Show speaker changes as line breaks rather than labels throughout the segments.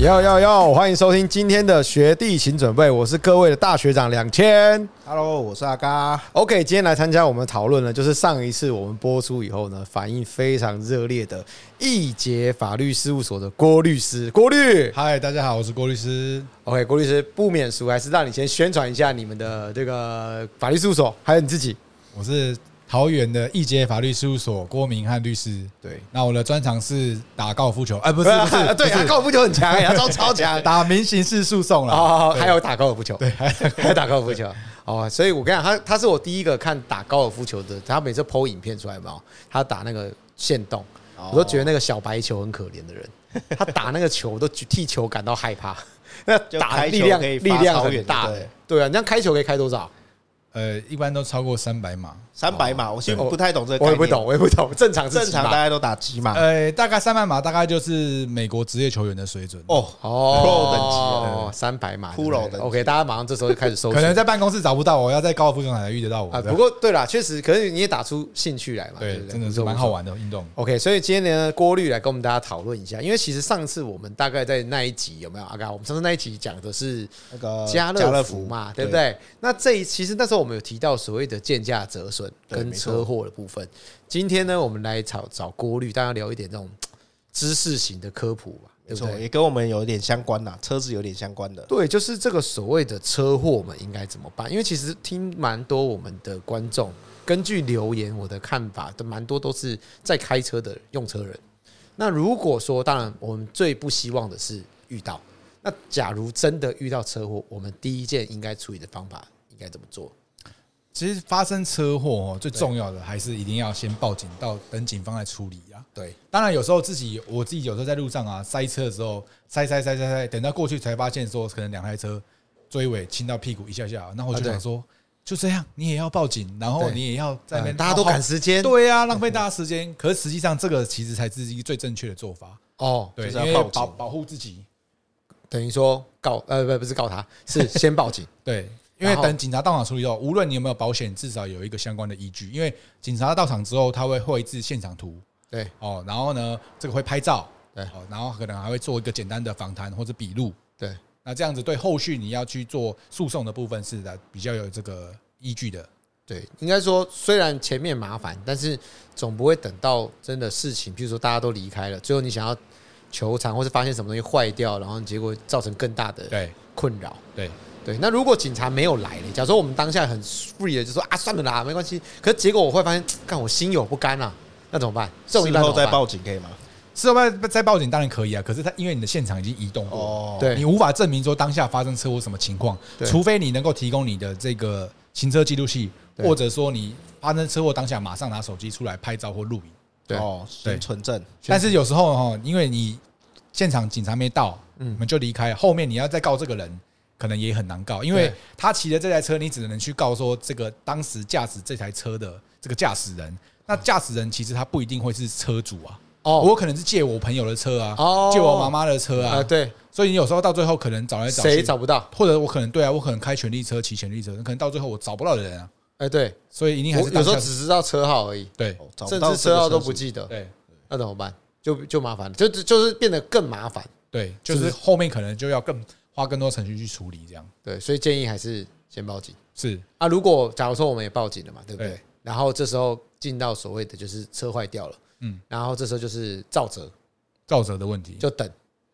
要要要！欢迎收听今天的学弟，请准备，我是各位的大学长两千。
Hello，我是阿嘎。
OK，今天来参加我们讨论呢，就是上一次我们播出以后呢，反应非常热烈的易捷法律事务所的郭律师，郭律。
嗨，大家好，我是郭律师。
OK，郭律师不免俗，还是让你先宣传一下你们的这个法律事务所，还有你自己。
我是桃园的易杰法律事务所郭明翰律师。
对，
那我的专长是打高尔夫球，哎、不
不
是不是，
对
不
啊，
是
高尔夫球很强哎，他超超强。
打民刑事诉讼
啊
了。
哦，
对
还有打高尔夫球，
对，还有
还有打高尔夫球。哦，所以我跟你讲，他他是我第一个看打高尔夫球的，他每次剖影片出来嘛，他打那个线洞，我都觉得那个小白球很可怜的人，他打那个球我都替球感到害怕， 那
就
打
开球
力量
可以
力
发超
量很
远
大
就对，
对啊，你这样开球可以开多少？
呃，一般都超过三百码，
三百码，我现在
哦对
嗯不太懂这个，
我也不懂，。我也不懂，正常是
正
几
常
码
大家都打几
啊
码？
呃，大概三百码，大概就是美国职业球员的水准。哦，
哦，
哦
Pro 等级
级，三百码
Pro 等级
OK，大家马上这时候就开始搜寻，
可能在办公室找不到，我要在高尔夫球场才遇得到我。
啊，
对
不过对啦，确实，可是你也打出兴趣来嘛，对
对
不，对，
真的
不
是
错
蛮好。玩的运动。
OK，所以今天呢，郭律来跟我们大家讨论一下，因为其实上次我们大概在那一集有没有阿嘎？我们上次那一集讲的是
那个
家乐福嘛，对不？
家
对？那这一其实那时候我们有提到所谓的贱价折损
对
跟
没错
车祸的部分。今天呢，我们来找找郭律，大家聊一点这种知识型的科普吧，
没
对不
错，
对？
也跟我们有点相关啦，车子有点相关的。
对，就是这个所谓的车祸，我们应该怎么办？因为其实听蛮多我们的观众，根据留言我的看法，都蛮多都是在开车的用车人。那如果说，当然我们最不希望的是遇到。那假如真的遇到车祸，我们第一件应该处理的方法应该怎么做？
其实发生车祸哦，最重要的还是一定要先报警，到等警方来处理啊。
对，
当然，有时候自己我自己有时候在路上啊塞车的时候塞塞塞塞塞，等到过去才发现说可能两台车追尾亲到屁股一下下，那我
啊
就
对
想说就这样，你也要报警，然后
对
你也要在那边、
嗯大家都赶时间，
对呀、浪费大家时间。可是实际上这个其实才是一个最正确的做法，
哦，
对，
就是
因
要
为
报警
保保护自己，
等于说告呃不不是告他，是先报警。
对。因为
然后
等警察到场处理后，无论你有没有保险，至少有一个相关的依据。因为警察到场之后，他会绘制现场图，
对，
哦，然后呢，这个会拍照，
对
哦，然后可能还会做一个简单的访谈或者笔录，
对，
那这样子对后续你要去做诉讼的部分是的比较有这个依据的，
对，应该说虽然前面麻烦，但是总不会等到真的事情，譬如说大家都离开了，最后你想要求偿或是发现什么东西坏掉，然后结果造成更大的
对
困扰。
对，
对，那如果警察没有来呢？假如说我们当下很 free 的就说啊，算了啦，没关系。可是结果我会发现，干我心有不甘啊，那怎么办？这种一
事
般
后
怎么
再
办？
报警可以吗？
事后再再哦报警当然可以啊，可是他因为你的现场已经移动过了，
哦，
对
你无法证明说当下发生车祸什么情况，
对
除非你能够提供你的这个行车记录器，
对
或者说你发生车祸当下马上拿手机出来拍照或录影。
对
哦，行存证，
但是有时候哈，因为你现场警察没到，
嗯
嗯，我们就离开，后面你要再告这个人，可能也很难告，因为
对
他骑的这台车，你只能去告说这个当时驾驶这台车的这个驾驶人。那驾驶人其实他不一定会是车主啊，
哦，
我可能是借我朋友的车啊，
哦
借我妈妈的车
呃，
啊，
对，
所以你有时候到最后可能找来找
谁
去，
找不到？
或者我可能对啊，我可能开权力车、骑权力车，可能到最后我找不到的人啊，
哎，对，
所以一定还
我
是
有时候
当下
只知道车号而已，
对
哦找不
甚
到
至车号都
这个
不
车主
记得，
对
那怎么办？就就麻烦了，就就是变得更麻烦。
对，就是是后面可能就要更花更多程序去处理这样
对，所以建议还是先报警
是。
啊。如果假如说我们也报警了嘛，对不对？
对
然后这时候进到所谓的就是车坏掉了，嗯
嗯，
然后这时候就是照责，
造责的问题。
就等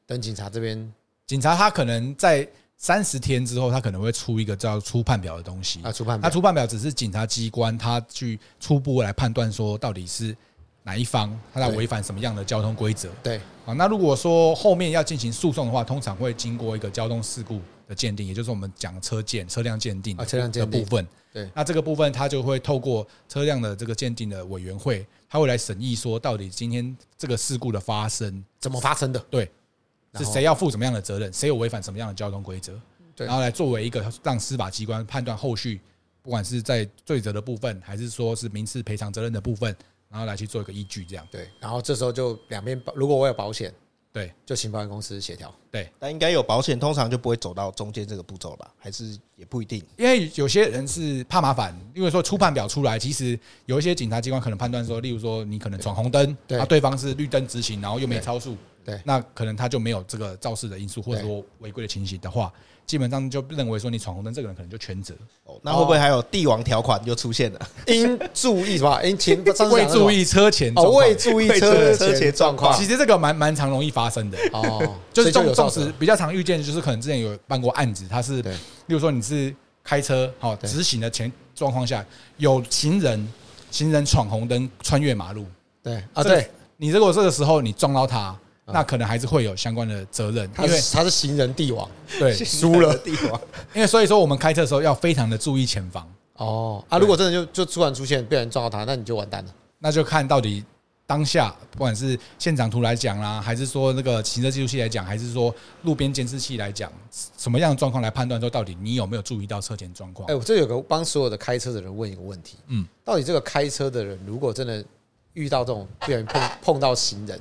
等警察这边
警察他可能在三十天之后，他可能会出一个叫初判表的东西。
啊出判
那
表，
初判表只是警察机关他去初步来判断说到底是哪一方他在
对
违反什么样的交通规则
对
啊。那如果说后面要进行诉讼的话，通常会经过一个交通事故的鉴定，也就是我们讲车鉴、车辆鉴定
啊车辆鉴定
的部分。
对
那这个部分他就会透过车辆的这个鉴定的委员会，他会来审议说到底今天这个事故的发生
怎么发生的？
对，
然
是
后
谁要负什么样的责任，谁有违反什么样的交通规则，
对
然后来作为一个让司法机关判断后续，不管是在罪责的部分，还是说是民事赔偿责任的部分，然后来去做一个依据，这样
对，然后这时候就两边保，如果我有保险，
对
就请保险公司协调。
对，
但应该有保险，通常就不会走到中间这个步骤吧？还是也不一定。
因为有些人是怕麻烦，因为说初判表出来，其实有一些警察机关可能判断说，例如说你可能闯红灯，
对
啊，对方是绿灯执行，然后又没超速，
对
那可能他就没有这个肇事的因素，或者
对
说违规的情形的话，基本上就认为说你闯红灯，这个人可能就全责。
哦那会不会还有帝王条款就出 现了？
应注意是吧？应前 上次
未
讲的
注意车前
哦，
状况
未注意车
未注意车前状况
其实这个蛮蛮常容易 发生的，
哦，
就是
所以
纵
有造
纵使
成
比较常遇见，就是可能之前有办过案子，他是，
对
例如说你是开车好
对
直行的前状况下，有行人行人闯红灯穿越马路
对啊，
这个
对，
你如果这个时候你撞到他，那可能还是会有相关的责任，
他
因为
是他是行人帝王
对，
输了
帝王，
因为所以说我们开车的时候要非常的注意前方，
哦啊！如果真的就就突然出现被人撞到他，那你就完蛋了。
那就看到底当下不管是现场图来讲啦，还是说那个行车记录器来讲，还是说路边监视器来讲，什么样的状况来判断说到底你有没有注意到车前状况
哎，？我这有个帮所有的开车的人问一个问题，
嗯，
到底这个开车的人如果真的遇到这种不小心碰 碰到行人，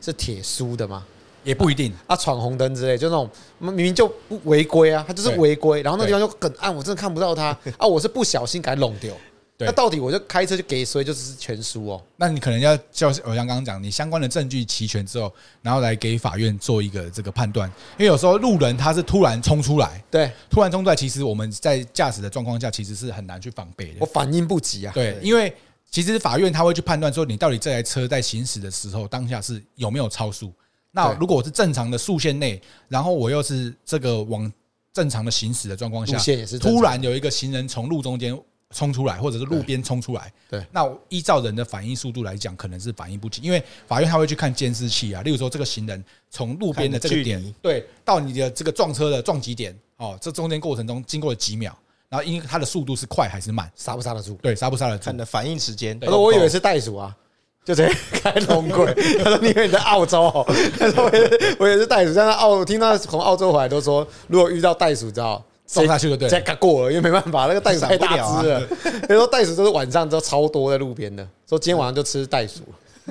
是铁输的吗？
也不一定。
啊，闯红灯之类，就那种明明就不违规啊，他就是
对
违规，然后那地方就很暗，我真的看不到 他啊，我是不小心给他弄丢。
对
那到底我就开车就给谁就是全输哦？
那你可能要就是我像刚刚讲，你相关的证据齐全之后，然后来给法院做一个这个判断，因为有时候路人他是突然冲出来，
对
突然冲出来，其实我们在驾驶的状况下其实是很难去防备的
我。反应不及啊。
对，因为其实法院他会去判断说，你到底这台车在行驶的时候当下是有没有超速。那
对
如果我是正常的速限内，然后我又是这个往正常的行驶的状况下
路，线也是正常
突然有一个行人从路中间冲出来，或者是路边冲出来，
对对
那我依照人的反应速度来讲，可能是反应不及，因为法院他会去看监视器啊，例如说这个行人从路边的这
看
个
你距离
点，对，到你的这个撞车的撞击点，哦，这中间过程中经过了几秒，然后因为他的速度是快还是慢，
刹不刹得住？
对，刹不刹得住
看，的反应时间。哦
他说我以为是袋鼠啊，就 直接开龙轨。他说你以为你在澳洲哦？ 他说我以为我也是袋鼠，但是澳我听到从澳洲回来都说，如果遇到袋鼠，知道。
撞下去就对了
再过了，因为没办法，那个袋鼠太大只
啊
了。比如说袋鼠都是晚上都超多在路边的，说今天晚上就吃袋鼠，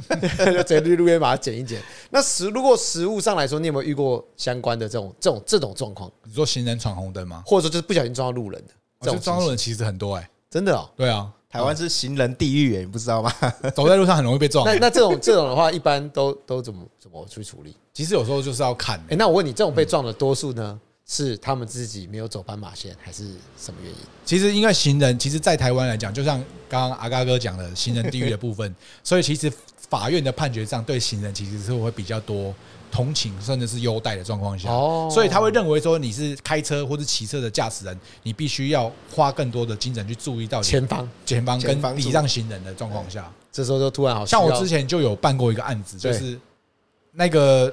就直接去路边把它捡一捡。那食如果食物上来说，你有没有遇过相关的这种这种这种状况，
你说行人闯红灯吗？
或者说就是不小心撞到路人的
我
这种
觉得
情
哦撞
形？
路人其实很多哎、
真的哦。
对啊，
台湾是行人地狱耶，你不知道 吗？
走在路上很容易被撞。
那那这种这种的话，一般都都怎么怎么去处理？
其实有时候就是要看、
哎、那我问你，这种被撞的多数呢，是他们自己没有走斑马线，还是什么原因？
其实因为行人，其实在台湾来讲，就像刚刚阿嘎哥讲的行人地狱的部分， 所以其实法院的判决上对行人其实是会比较多同情甚至是优待的状况下，
哦
所以他会认为说你是开车或是骑车的驾驶人，你必须要花更多的精神去注意到你
前方，
前方跟
前方
礼让行人的状况下。
这时候就突然好
像
哦
我
需要
之前就有办过一个案子，就
对
是那个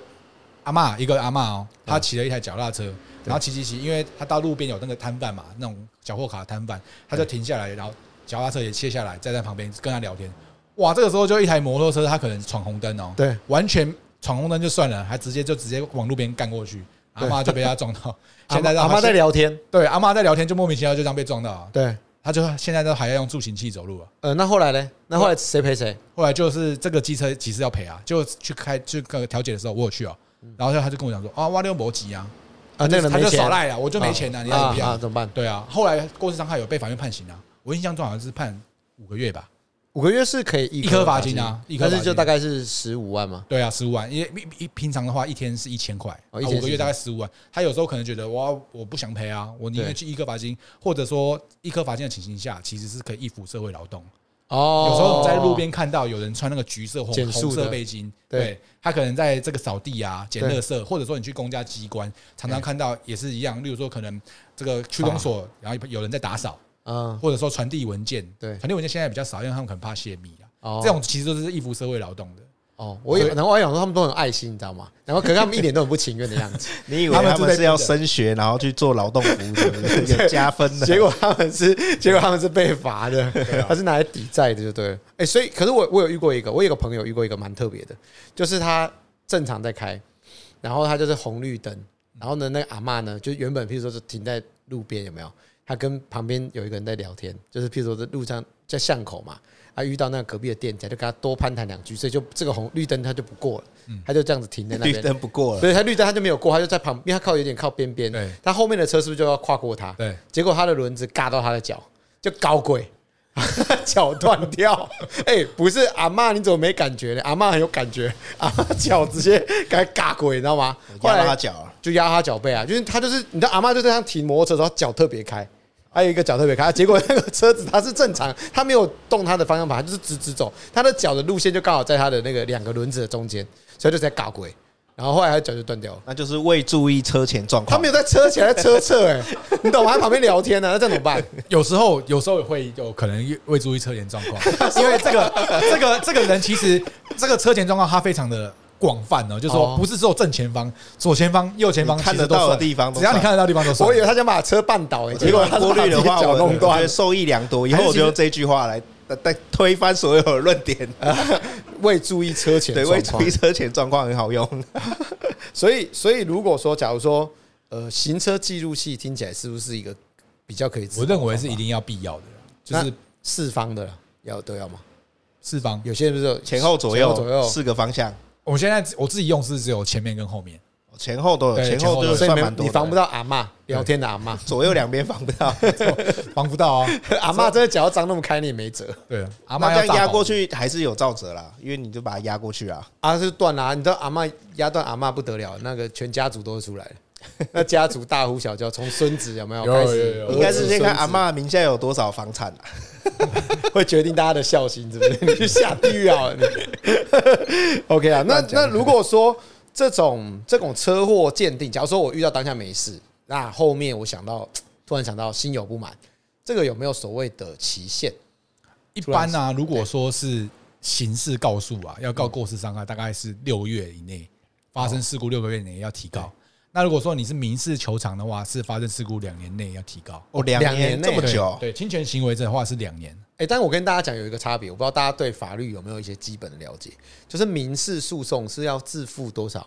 阿嬷，一个阿嬷哦，
嗯
她骑了一台脚踏车，然后骑骑骑，因为她到路边有那个摊贩嘛，那种小货卡摊贩，她就停下来，然后脚踏车也切下来，站在旁边跟她聊天。哇，这个时候就一台摩托车，她可能闯红灯哦，
对，
完全闯红灯就算了，还直接就直接往路边干过去，阿嬷就被她撞 到。
阿
现在
嬷
到
阿
她
妈在聊天，
对阿嬷在聊天，就莫名其妙就这样被撞到啊，
对，
她就现在都还要用助行器走路啊了。
呃，那后来呢？那后来谁赔谁？
后来就是这个机车其实要赔啊，就去开去个调解的时候，我有去哦、然后他就跟我讲说啊，哇六摩吉啊，
嗯啊，那个人
他
没
就
钱
耍，赖了，我就没钱了、你要怎么
啊啊
样？
怎么办？
对啊，后来过失伤害有被法院判刑啊，我印象中好像是判五个月吧，
五个月是可以
一颗罚金啊一颗
但
罚
是
金
就大概是十五万嘛。
对啊，十五万，因为一一平常的话一天是一千块，啊
哦一天
五个月
1000
大概十五万，他有时候可能觉得哇我不想赔啊，我宁愿
对
去一颗罚金，或者说一颗罚金的情形下，其实是可以易服社会劳动。
哦，
有时候我们在路边看到有人穿那个橘色、红
减速
红色
的
背巾，
对
对他可能在这个扫地啊、捡
对
垃圾，或者说你去公家机关，常常看到也是一样。例如说，可能这个区公所，然后有人在打扫，
嗯，
或者说传递文件，
对
传递文件现在比较少，因为他们可能怕泄密啊。
哦
这种其实都是一服社会劳动的，
哦，我也，然后我还想说他们都很有爱心，你知道吗？然后可是他们一点都很不情愿的样子，
你以为他们是要升学，然后去做劳动服务，是不 是有加分的？啊
结果他们是，结果他们是被罚的，他是拿来抵债的，就对了。哎、所以可是我我有遇过一个，我有个朋友遇过一个蛮特别的，就是他正常在开，然后他就是红绿灯，然后呢，那个阿嬷呢，就原本譬如说是停在路边，有没有？他跟旁边有一个人在聊天，就是譬如说在路上在巷口嘛，啊，遇到那个隔壁的店家，就跟他多攀谈两句，所以就这个红绿灯他就不过了，他就这样子 停在那
嗯绿
边，
灯不过了，
所以他绿灯他就没有过，他就在旁边，因为他靠有点靠边边
对，
他后面的车是不是就要跨过他？
对，
结果他的轮子嘎到他的脚，就搞鬼， 脚断掉。 哎、不是阿嬷，你怎么没感觉呢？阿嬷很有感觉，阿嬷脚直接给他嘎过，你知道吗？后
压到他
来
脚啊，
就压他脚背啊，就是他就是你的阿嬷就在他骑摩托车的时候脚特别开，还有一个脚特别开，啊结果那个车子它是正常，它没有动它的方向盘，它就是直直走，它的脚的路线就刚好在它的那个两个轮子的中间，所以就在嘎鬼，然后后来他脚就断掉了。
那就是未注意车前状
他
况。
没有在车前，在车侧，哎，你懂吗？在旁边聊天呢、啊那这样怎么办？
有时候有时候会有可能未注意车前状况， 因为这个这个这个人其实这个车前状况他非常的广泛哦，就是
哦
说不是只有正前方、左前方、右前方
你看
其实
得到的
都算
地方都
只要你
算
看得到的地方都算。
我以为他想把车绊倒、 哎，结果他是
过
把
滤
自
的
己
话，
脚
我
弄
我觉
断
得。受益良多。以
还
后
是
我
其
就
实
用这句话来来来推翻所有的论点。
未注意车前
对，
状
未
况
注意。车前状况很好用。
所以，所以如果说，假如说，呃，行车记录器听起来是不是一个比较可以？
我认为是一，定要必要的，就是
四方的啦要都要吗？
四方。
有些人不是有
前后左右，
前后左右，
四个方向，哦
我现在我自己用是只有前面跟后面，
前后都有，
对
前后
前后
都
都
有
有
哦所
算
以没
蛮多的。
你防不到阿嬷聊天的阿 嬷，
左右两边防不到，
防不到啊。
阿嬷真的脚要张那么开，你也没辙。
对，阿
那
妈
这样
要
压过
去，
去还是有照折啦，因为你就把它压过去啊。
啊，是断啦、你知道阿嬷压断阿嬷不得了，那个全家族都会出来 了。那家族大呼小叫，从孙子有没有
有
开始
有有
儿子？
应该是先看阿
孙子
嬷名下有多少房产啊。
会决定大家的孝心，是不 是？你去下地狱啊！ 你 OK 啊，那那如果说这种这种车祸鉴定，假如说我遇到当下没事，那后面我想到突然想到心有不满，这个有没有所谓的期限？
一般呢、啊，如果说是刑事告诉啊，要告过失伤害，大概是六月以内发生事故六个月以内要提告。那如果说你是民事求偿的话，是发生事故两年内要提告。
哦，两
两年
年
内
这么
对
久，
对侵权行为的话是两年。
哎、但我跟大家讲有一个差别，我不知道大家对法律有没有一些基本的了解，就是民事诉讼是要自付多少、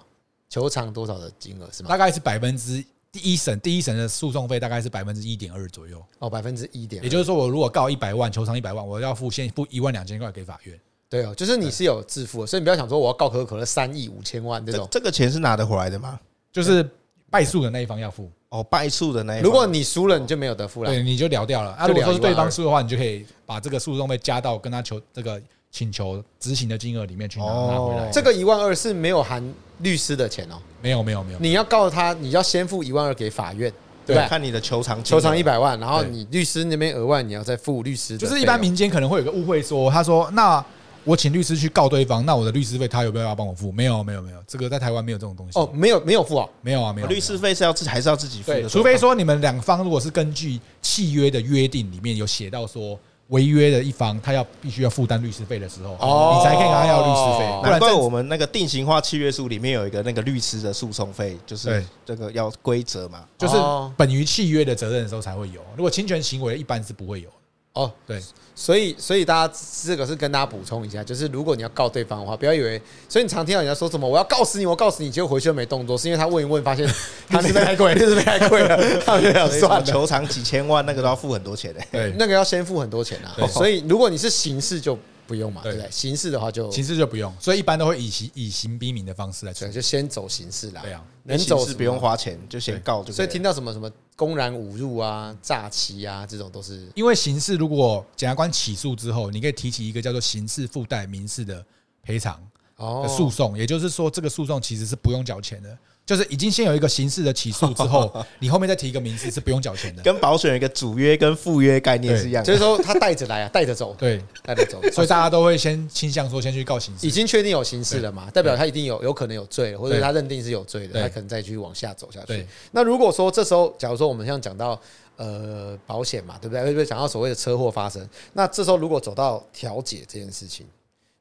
求偿多少的金额是吗？
大概是百分之第一审第一审的诉讼费大概是百分之一点二左右，
哦，百分之一点
也，就是说，我如果告一百万，求偿一百万，我要付现付一万两千块给法院。
对哦，就是你是有自付的，所以你不要想说我要告可口可乐三亿五千万这
这
种。
这个钱是拿得回来的吗？
就是败诉的那一方要付，
哦，败诉的那一方
如果你输了，你就没有得付了。
对，你就聊掉了。啊，
就
如
聊
果说是对
一万二
方输的话，你就可以把这个诉讼费加到跟他求这个请求执行的金额里面去拿
哦
拿回来。
这个一万二是没有含律师的钱哦。
没有没有没有，
你要告他，你要先付一万二给法院，对
对
不对？
看你的求偿金
求
额
偿一百万，然后
对
你律师那边额外你要再付律师的费
就
用，
是一般民间可能会有个误会说他说那我请律师去告对方，那我的律师费他有没有要帮我付？没有没有没有，这个在台湾没有这种东西。
哦，没有没有付哦，
没有啊没有，
律师费是要自还是要自己付
对，
的，
除非说你们两方如果是根据契约的约定里面有写到说。违约的一方，他要必须要负担律师费的时候，
哦
你才可以跟他要律师费，不
难
然
怪
正
我们那个定型化契约书里面有一个那个律师的诉讼费，就是
对
这个要规则 嘛。
就是
哦
本于契约的责任的时候才会有，如果侵权行为一般是不会有。
哦，
对，
所以所以大家这个是跟大家补充一下，就是如果你要告对方的话，不要以为，所以你常听到人家说什么我要告死你，我告死你，结果回去又没动作，是因为他问一问发 现他那
律师
个
费太 贵
律师费太贵 了，他就想
所以什么
算了。
求偿几千万那个都要付 很多钱的、
对
那个要先付很多钱啊，
对
所以如果你是刑事就不用嘛，对
对
不对？刑事的话就
刑事就不用，所以一般都会以刑以刑逼民的方式来处
对，
理。
就先走形式啦。
对啊
能走
是不用
什么。
花钱，就先告就可以了。
所以听到什么什么公然侮辱啊、诈欺啊，这种都是
因为刑事如果检察官起诉之后，你可以提起一个叫做刑事附带民事的赔偿的
哦
诉讼，也就是说，这个诉讼其实是不用缴钱的，就是已经先有一个刑事的起诉之 后，你后面再提一个民事是不用缴钱的。
跟保险有一个主约跟附约概念是一样
就
的
是。说他带着来啊，带着走，
对，
带着走。
所以大家都会先倾向说先去告刑
已
事。
经确定有刑事了嘛，代表他一定有有可能有罪了，或者
对
他认定是有罪的，
对
他可能再去往下走下去
对。
那如果说这时候，假如说我们像讲到呃保险嘛，对不对？会不会讲到所谓的车祸发生？那这时候如果走到调解这件事情，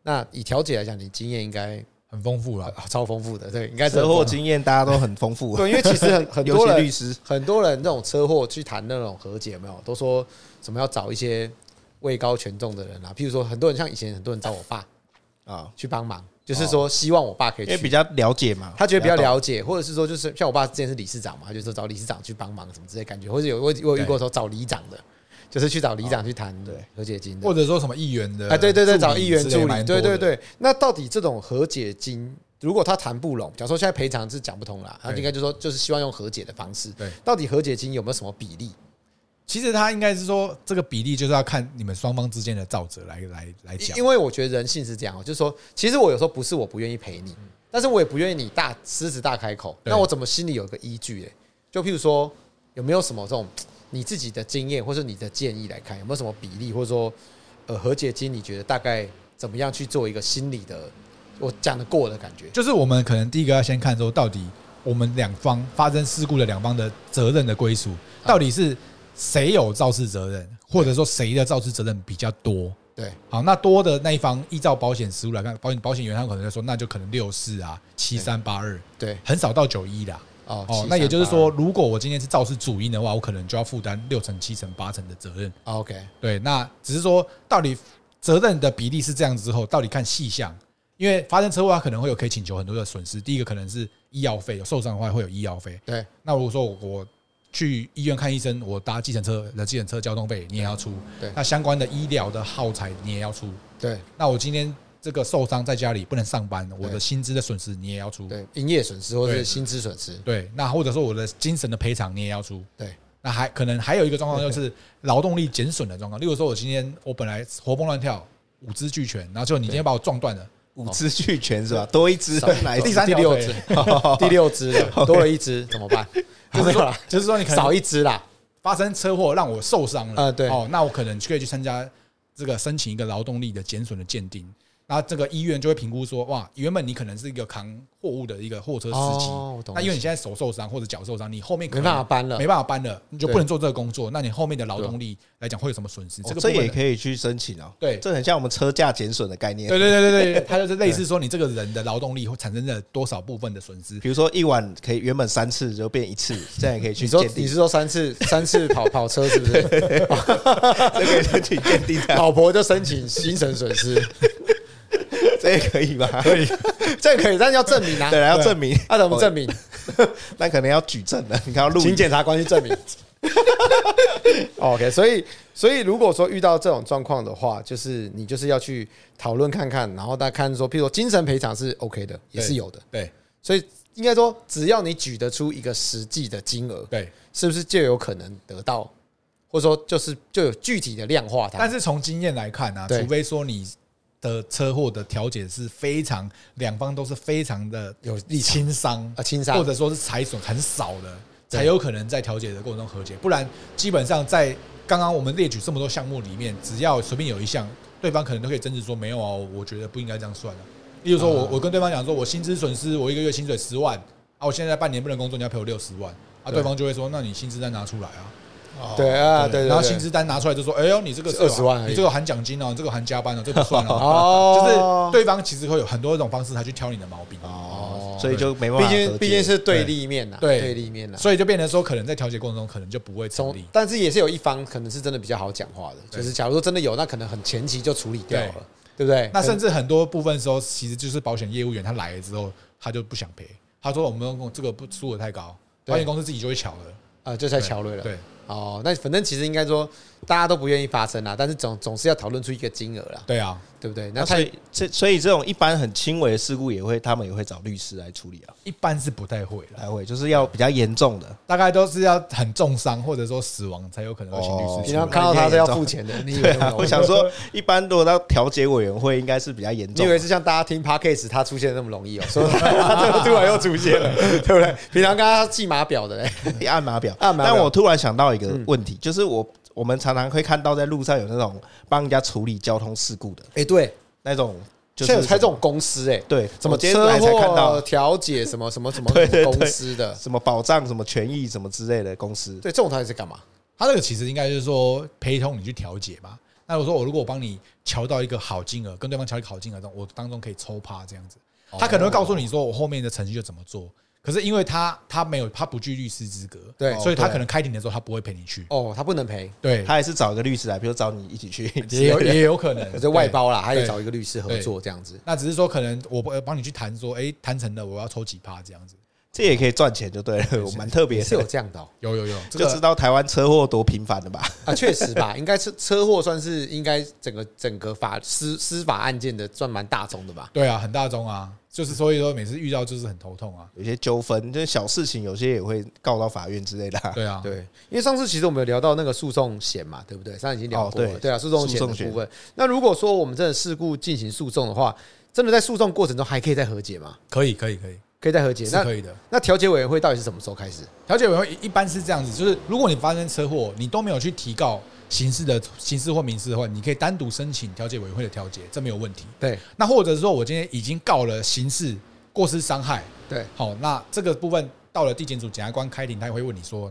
那以调解来讲，你经验应该
很丰富了，
啊超丰富的，对，应该是
车祸经验大家都很丰 富，
对，因为其实很很
尤
多
其
人
律师
很多人那种车祸去谈那种和解，有没有都说什么要找一些位高权重的人啊？譬如说，很多人像以前很多人找我爸
啊，
去帮忙，就是说希望我爸可以
因
去，
为比较了解嘛，
他觉得比较
懂。
了解，或者是说就是像我爸之前是理事长嘛，他就说找理事长去帮忙什么之类的感觉，或者有我我有遇过说找里长的，就是去找里长去谈
对
和解金的
或，者说什么议员的
啊，对对对，找
助理
议员
之类
助理，
蛮
对
多
对
的，
对。那到底这种和解金，如果他谈不拢，假如说现在赔偿是讲不通啦，他啊
对
应该就说就是希望用和解的方式。
对，
到底和解金有没有什么比例？
其实他应该是说，这个比例就是要看你们双方之间的造责来来来讲
因。因为我觉得人性是这样哦，就是说，其实我有时候不是我不愿意陪你，但是我也不愿意你大狮子大开口，
对
那我怎么心里有一个依据嘞？就譬如说，有没有什么这种你自己的经验或者你的建议来看，有没有什么比例，或者说呃和解金，你觉得大概怎么样去做一个心理的我讲得过的感觉？
就是我们可能第一个要先看说，到底我们两方发生事故的两方的责任的归属，到底是谁有肇事责任，或者说谁的肇事责任比较多？
对，
好，那多的那一方依照保险实务来看，保险保险员他可能在说，那就可能六四啊、七三八二，
对，
很少到九一啦。
哦
哦，那也就是说，如果我今天是肇事主因的话，我可能就要负担六成、七成、八成的责任。
哦，OK，
对，那只是说到底责任的比例是这样之后，到底看细项，因为呃发生车祸，啊它可能会有可以请求很多的损失。第一个可能是医药费，有受伤的话会有医药费。
对，
那如果说我我去医院看医生，我搭计程车的计程车交通费你也要出，
对
那相关的医疗的耗材你也要出。
对，
那我今天这个受伤在家里不能上班，我的薪资的损失你也要出。
对，营业损失或者是
对
薪资损失，
对，那或者说我的精神的赔偿你也要出。
对，
那还可能还有一个状况就是劳动力减损的状况，例如说我今天我本来活蹦乱跳，五肢俱全，然后就你今天把我撞断了，
五只俱全是吧？多一只哪一
第
只？
三
第
第
六
六只， 第六只了，多了一只怎么办？没有啦，
就是说你 可
少
能
一只啦。
发生车祸让我受伤了，
呃对
哦，那我可能就可以去参加这个申请一个劳动力的减损的鉴定。那这个医院就会评估说，哇，原本你可能是一个扛货物的一个货车司机，
哦我懂
那因为你现在手受伤或者脚受伤，你后面可
没
能
办法搬了
没。办法搬了，你就不
对
能做这个工作，那你后面的劳动力来讲会有什么损失？
哦
个
这
部分
也
的
可以去申请哦。
对
这很像我们车价减损的概念。
对对对 对对，它就是类似说你这个人的劳动力会产生了多少部分的损失。
比如说一晚可以原本三次就变一次，这样也可以去
你说
鉴
你
定
是，说三次 三次跑跑车是不
啊
是？
这可以申请鉴定 的，
老婆就申请精神损失，
这也可以吗？ 可以，
这可以，但是要证明啊
对，。然后证明，
那怎么证
哦
明？
那可能要举证了，你看要录影
请检察官去证 明。OK，所哦以所以如果说遇到这种状况的话，就是你就是要去讨论看看，然后大家看说，譬如说精神赔偿是 OK 的，也是有的。
对
所以应该说，只要你举得出一个实际的金额，
对，
是不是就有可能得到，或者说就是就有具体的量化它？
但是从经验来看啊，
对
除非说你的车祸的调解是非常两方都是非常的
有立场
轻伤
啊轻伤
或者说是财损很少的，
对
才有可能在调解的过程中和解。不然基本上在刚刚我们列举这么多项目里面，只要随便有一项，对方可能都可以争执说没有哦，我觉得不应该这样算了。啊例如说
啊
我我跟对方讲说，我薪资损失，我一个月薪水十万啊，我现在半年不能工作，你要赔我六十万啊，
对
对方就会说，那你薪资单拿出来啊。
对啊，对对，
然后
对
薪资单拿出来就说：“哎呦，你这个是
20万而已
你这个含奖金哦，你这个含加班哦，这不算哦。”
哦
就是对方其实会有很多种方式，他去挑你的毛病。
哦，所以就没办
毕
法和解，
竟毕竟是对立面呐，
对
对立面呐。
所以就变成说，可能在调解过程中，可能就不会成
从
立。
但是也是有一方可能是真的比较好讲话的，就是假如说真的有，那可能很前期就处理掉了，对不对？
那甚至很多部分时候，其实就是保险业务员他来了之后，他就不想赔，他说：“我们这个不数额太高，
对
保险公司自己就会巧了。
呃，就”在
对
桥瑞了。
对，
哦，那反正其实应该说大家都不愿意发生啦，但是总总是要讨论出一个金额啦，
对啊，
对不对？
那
那
所
太
以这所以这种一般很轻微的事故也会，他们也会找律师来处理啊，
一般是不太会了，
来会就是要比较严重的，
大概都是要很重伤或者说死亡才有可能会请律师
哦
出
平
来。
常看到他是要付钱的，你以为那么
啊 我想说，一般如果到调解委员会，应该是比较 严
你
重
以。为是 像大家听 podcast 他出现的那么容易哦、所以他 突然又出现了，对不对？平常跟他记码表的嘞，
你按码表，
按码表嗯
但我突然想到一个问题，就是我我们常常会看到在路上有那种帮人家处理交通事故的
哎、对，
那种，就
现
是
在有开这种公司哎、
对，
什么
我今天
车
来才看
祸啊
到
调解什么什么什么
对对对
公司的，
什么保障、什么权益、什么之类的公司，
对，这种到底是干嘛？
他这个其实应该就是说陪同你去调解嘛。那我说我如果我帮你瞧到一个好金额，跟对方瞧一个好金额，我当中可以抽趴这样子，他可能会告诉你说我后面的程序就怎么做。可是因为他他没有他不具律师资格，
对
所以他
对
可能开庭的时候他不会陪你去，
哦，他不能赔，
对，
他也是找一个律师来，比如找你一起 去，
也有也有可能
可是外。包啦，他也
对
找一个律师合作这样子
呃对。那只是说可能我帮帮你去谈说，哎，谈成了我要抽几趴这样子，
这也可以赚钱就对了，我蛮特别
也是有
的，
这样的哦
有有有，这
就知
个
道台湾车祸多频繁了吧？
啊，确实吧，应该车车祸算是应该整个整个法司司法案件的算蛮大宗的吧。
对啊，很大宗啊，就是所以说每次遇到就是很头痛啊，
有些纠纷，这小事情有些也会告到法院之类的啊、
对啊，
对，因为上次其实我们有聊到那个诉讼险嘛，对不对？上次已经聊
哦
过了，
对
对啊，诉讼险的
诉讼险
部分。那如果说我们真的事故进行诉讼的话，真的在诉讼过程中还可以再和解吗？
可以可以可以
可以再和解？
是
那
可以的。
那调解委员会到底是什么时候开始？
调解委员会一般是这样子，就是如果你发生车祸，你都没有去提告刑事的刑事或民事的话，你可以单独申请调解委员会的调解，这没有问题。
对
那或者说我今天已经告了刑事过失伤害，
对，
好，那这个部分到了地检署检察官开庭，他也会问你说，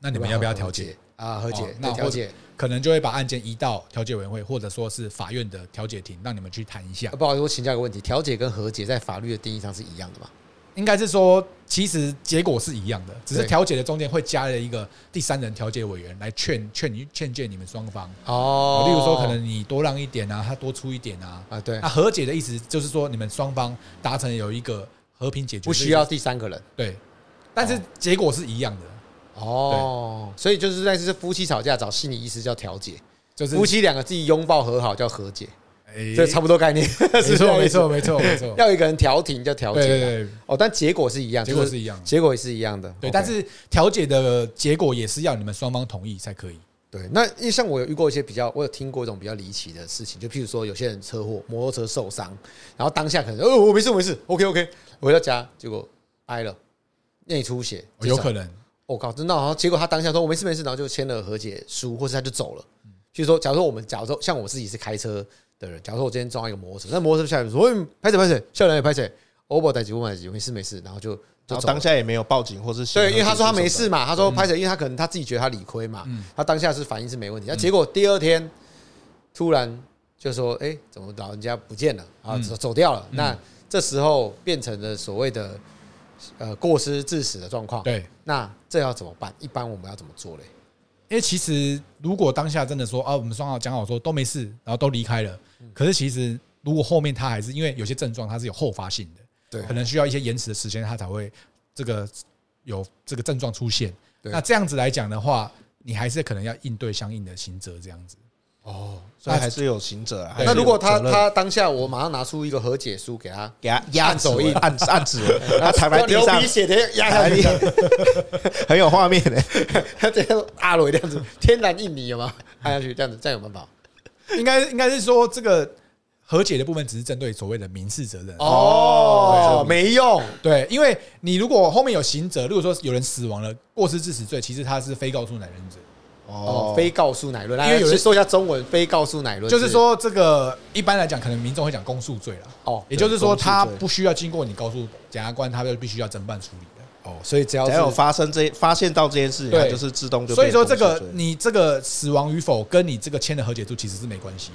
那你们要不要调解？
啊？和解
哦，那
那
或者
调解。
可能就会把案件移到调解委员会，或者说是法院的调解庭，让你们去谈一下
啊。不好意思，我请教一个问题：调解跟和解在法律的定义上是一样的吗？
应该是说，其实结果是一样的，只是
对
调解的中间会加了一个第三人调解委员来劝劝你劝诫你们双方。
哦
例如说，可能你多让一点啊，他多出一点啊。
啊，对
那，和解的意思就是说，你们双方达成有一个和平解决，
不需要第三个人。
对，哦但是结果是一样的，
哦，所以就是类似夫妻吵架找心理医师叫调解，
就是
夫妻两个自己拥抱和好叫和解，
哎
这差不多概念。
没
没
错，没错，没 错，没错。
要一个人调停叫调
对对
解啊。
对，
哦，但结果是一样，
结
就
果是一样的。
结果也是一样的。
对，
OK
但是调解的结果也是要你们双方同意才可以。
对，那因为像我有遇过一些比较，我有听过一种比较离奇的事情，就譬如说有些人车祸，摩托车受伤，然后当下可能哦我没事我没事，OK OK，回到家结果掰了，内出血，
哦
这
有
种
可能，
我、靠，真的，哦然后结果他当下说我没事没事，然后就签了和解书，或是他就走了。就是说，假如说我们，假如说像我自己是开车的人，假如说我今天撞到一个摩托车，那摩托车下来说，嗯，拍谁拍谁，下来也拍谁，我不逮几问几，没事没事，然后就就
然后
走了
当。下也没有报警或是
对，因为
行
他
和
说他
解
没
什么
事嘛，他说拍谁，因为他可能他自己觉得他理亏嘛，
嗯
他当下是反应是没问题，那结果第二天突然就说，哎，怎么老人家不见了啊，
嗯
走走掉了？那这时候变成了所谓的呃过失致死的状况。
对，
那这要怎么办？一般我们要怎么做嘞？
因为其实如果当下真的说啊，我们双方讲好说都没事，然后都离开了，可是其实如果后面他还是因为有些症状它是有后发性的，
对
可能需要一些延迟的时间，他才会这个有这个症状出现。
对
那这样子来讲的话，你还是可能要应对相应的刑责这样子。
哦，
所以还是有行者啊。还是
那
有
如果他
责任
他当下我马上拿出一个和解书给他，
给他压
按手印
按按指 纹， 他躺在地
流
上
鼻，血的压下去，
很有画面欸的。
他这样阿罗这样子，天然印泥有吗？按下去这样子，这样有办法？
应该应该是说这个和解的部分只是针对所谓的民事责任。
哦，没用，
对，因为你如果后面有刑责，如果说有人死亡了，过失致死罪，其实它是非告诉乃论罪，
哦
哦，，
非告诉乃论，
因为有人
来说一下中文，非告诉乃论，
就是说这个一般来讲，可能民众会讲公诉罪啦。
哦
也就是说
对
他
公诉罪
不需要经过你告诉检察官，他就必须要侦办处理的。
哦，所以只要
只
是
要有发生这发现到这件事情，
对
它就是自动就
所
变
以
成
说
公
这
诉罪。
个你这个死亡与否跟你这个签的和解书其实是没关系。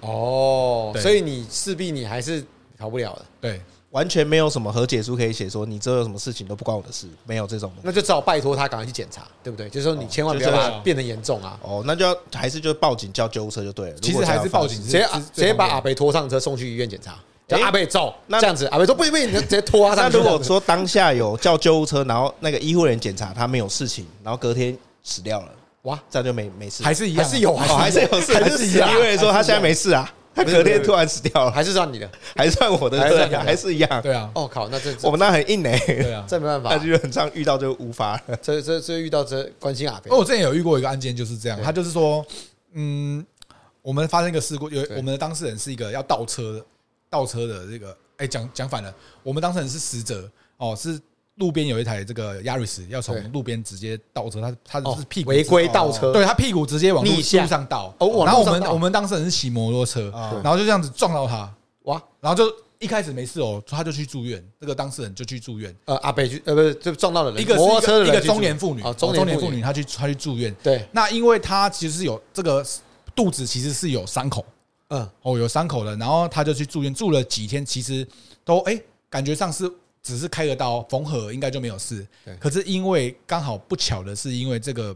哦，
对
所以你势必你还是逃不了的，
对，
完全没有什么和解书可以写说你这有什么事情都不关我的事，没有这种的。
那就只好拜托他赶快去检查，对不对？就是说你千万不要
哦就这
把
样
它变得严重啊。
哦，那就要还是就报警叫救护车就对了。
其实
如果这样
还是报警
发
直
生
接
是
啊
是
直接把
最
阿
方
北拖上车送去医院检查，叫
诶
阿北走，
那
这样子阿北说不行不 行，你就直接拖他
那
上去。
如果
这样子
说当下有叫救护车，然后那个医护人员检查他没有事情，然后隔天死掉了，
哇，
这样就没没事。
还是一
还
样啊，
是有
哦，还是啊有事，
还是一样
医护人员说他现在没事啊，他隔天突然死掉了，
还是算你的。
还算我的对啊，
还
还是一样。
对啊，
哦靠，那这
我们那很硬哎、
对啊。
这没办
那
法，
就很常遇到就无法了。
这这这遇到这关心阿北
哦，我之前有遇过一个案件就是这样，他就是说，嗯，我们发生一个事故，有
对
我们的当事人是一个要倒车的，倒车的这个，哎，讲讲反了，我们当事人是死者哦，是路边有一台这个 Yaris 要
对
从路边直接倒车，他他
哦
是屁股哦
违规倒车，
对他屁股直接往路
逆向
路上倒，
哦往
然
路
后我
上
们
倒哦
我们当事人是骑摩托车
啊，
然后就这样子撞到他，
哇，
然后就一开始没事哦，他就去住院，这个当事人就去住院，
呃阿北去呃不是就撞到了人，
一个是
摩托车的
一
人
个
去住
中年妇女，
哦
中
中
年
年
妇
妇
女，
女
她去她去住院，
对，
那因为他其实是有这个肚子其实是有伤口
嗯
哦，有伤口了，然后他就去住院，住了几天，其实都哎、感觉上是只是开个刀缝合，应该就没有事
对。
可是因为刚好不巧的是，因为这个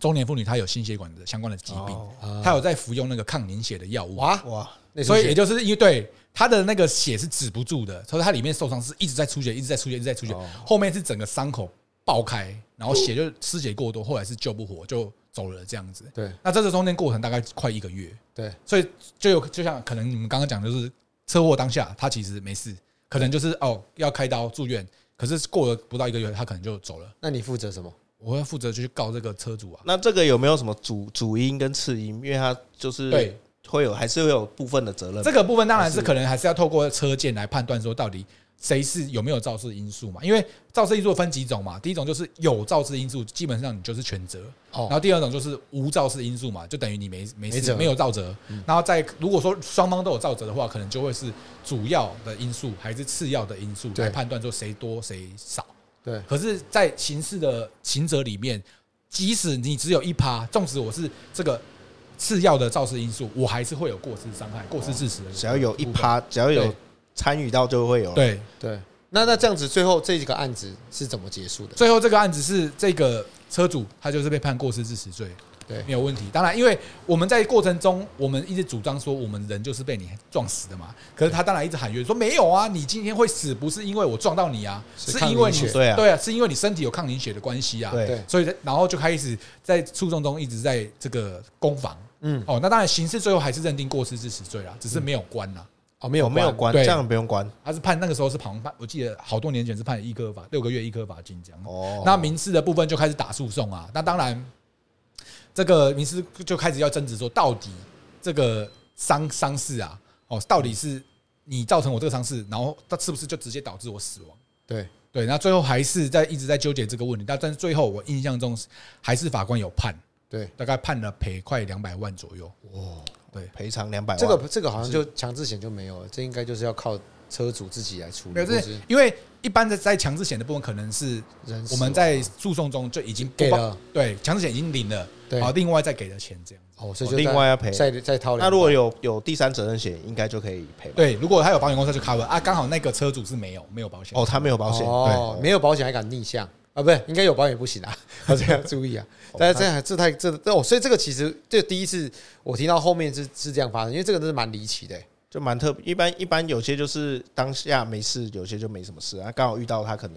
中年妇女她有心血管的相关的疾病
哦，
啊
她有在服用那个抗凝血的药物，
哇
哇，
那
所以也就是因为对他的那个血是止不住的，所以他里面受伤是一直在出血，一直在出血，一直在出血，后面是整个伤口爆开，然后血就失血过多，后来是救不活就走了这样子。
对
那在这中间过程大概快一个月，
对，
所以就有就像可能你们刚刚讲，就是车祸当下他其实没事，可能就是哦要开刀住院，可是过了不到一个月他可能就走了。
那你负责什么？
我会负责就去告这个车主啊，
那这个有没有什么主主因跟次因？因为它就是
对
会有还是会有部分的责任。
这个部分当然是可能还是要透过车件来判断说到底谁是有没有肇事因素嘛，因为肇事因素分几种嘛，第一种就是有肇事因素，基本上你就是全责，
哦
然后第二种就是无肇事因素嘛，就等于你没没
没
事
责嗯
没有肇责，然后再如果说双方都有肇责的话，可能就会是主要的因素还是次要的因素
对
来判断说谁多谁少。
对
可是，在刑事的刑责里面，即使你只有一趴，纵使我是这个次要的肇事因素，我还是会有过失伤害、过失致死的部分。
只要有一趴，只要有
对
参与到就会有。，
对，
对，那那这样子，最后这个案子是怎么结束的？
最后这个案子是这个车主他就是被判过失致死罪，
对
没有问题。当然，因为我们在过程中，我们一直主张说我们人就是被你撞死的嘛，可是他当然一直喊冤说没有啊，你今天会死不是因为我撞到你啊，
是
是
抗
因为
凝
你
血
对啊
对啊，是因为你身体有抗凝血的关系啊，
对
对
所以然后就开始在诉讼中一直在这个攻防。
嗯，
哦，那当然，刑事最后还是认定过失致死罪啦，只是没有关啦。
哦，没
有
有
没有
关
关？
对
这样不用关。
他是判那个时候是旁判，我记得好多年前是判一颗罚六个月一颗罚金这样。
哦，
那民事的部分就开始打诉讼啊。那当然，这个民事就开始要争执说，到底这个伤伤势啊，哦，到底是你造成我这个伤势，然后它是不是就直接导致我死亡？
对
对，那最后还是在一直在纠结这个问题。但但是最后我印象中是还是法官有判，
对，
大概判了赔快两百万左右。
赔偿两百万。
这个这个好像就强制险就没有了，这应该就是要靠车主自己来处理，
没有，
或
这
是
是因为一般的在强制险的部分，可能是
人死
我们在诉讼中就已经不
给
包
了
对强制险已经领了，
对
然后另外再给的钱这样。
哦，所以就
另
再
外要赔
再再掏200。
那如果有有第三责任险，应该就可以赔吧。
对，如果他有保险公司他就 cover 啊，刚好那个车主是没有没有保险
哦，他没有保险，
哦，没有保险还敢逆向啊？不是，应该有保险也不行啊， 要这样注 意啊。但是这样这太这哦，所以这个其实这第一次我听到后面是是这样发生，因为这个真是蛮离奇的欸、
就蛮特别。一般一般有些就是当下没事，有些就没什么事啊。刚好遇到他可
啊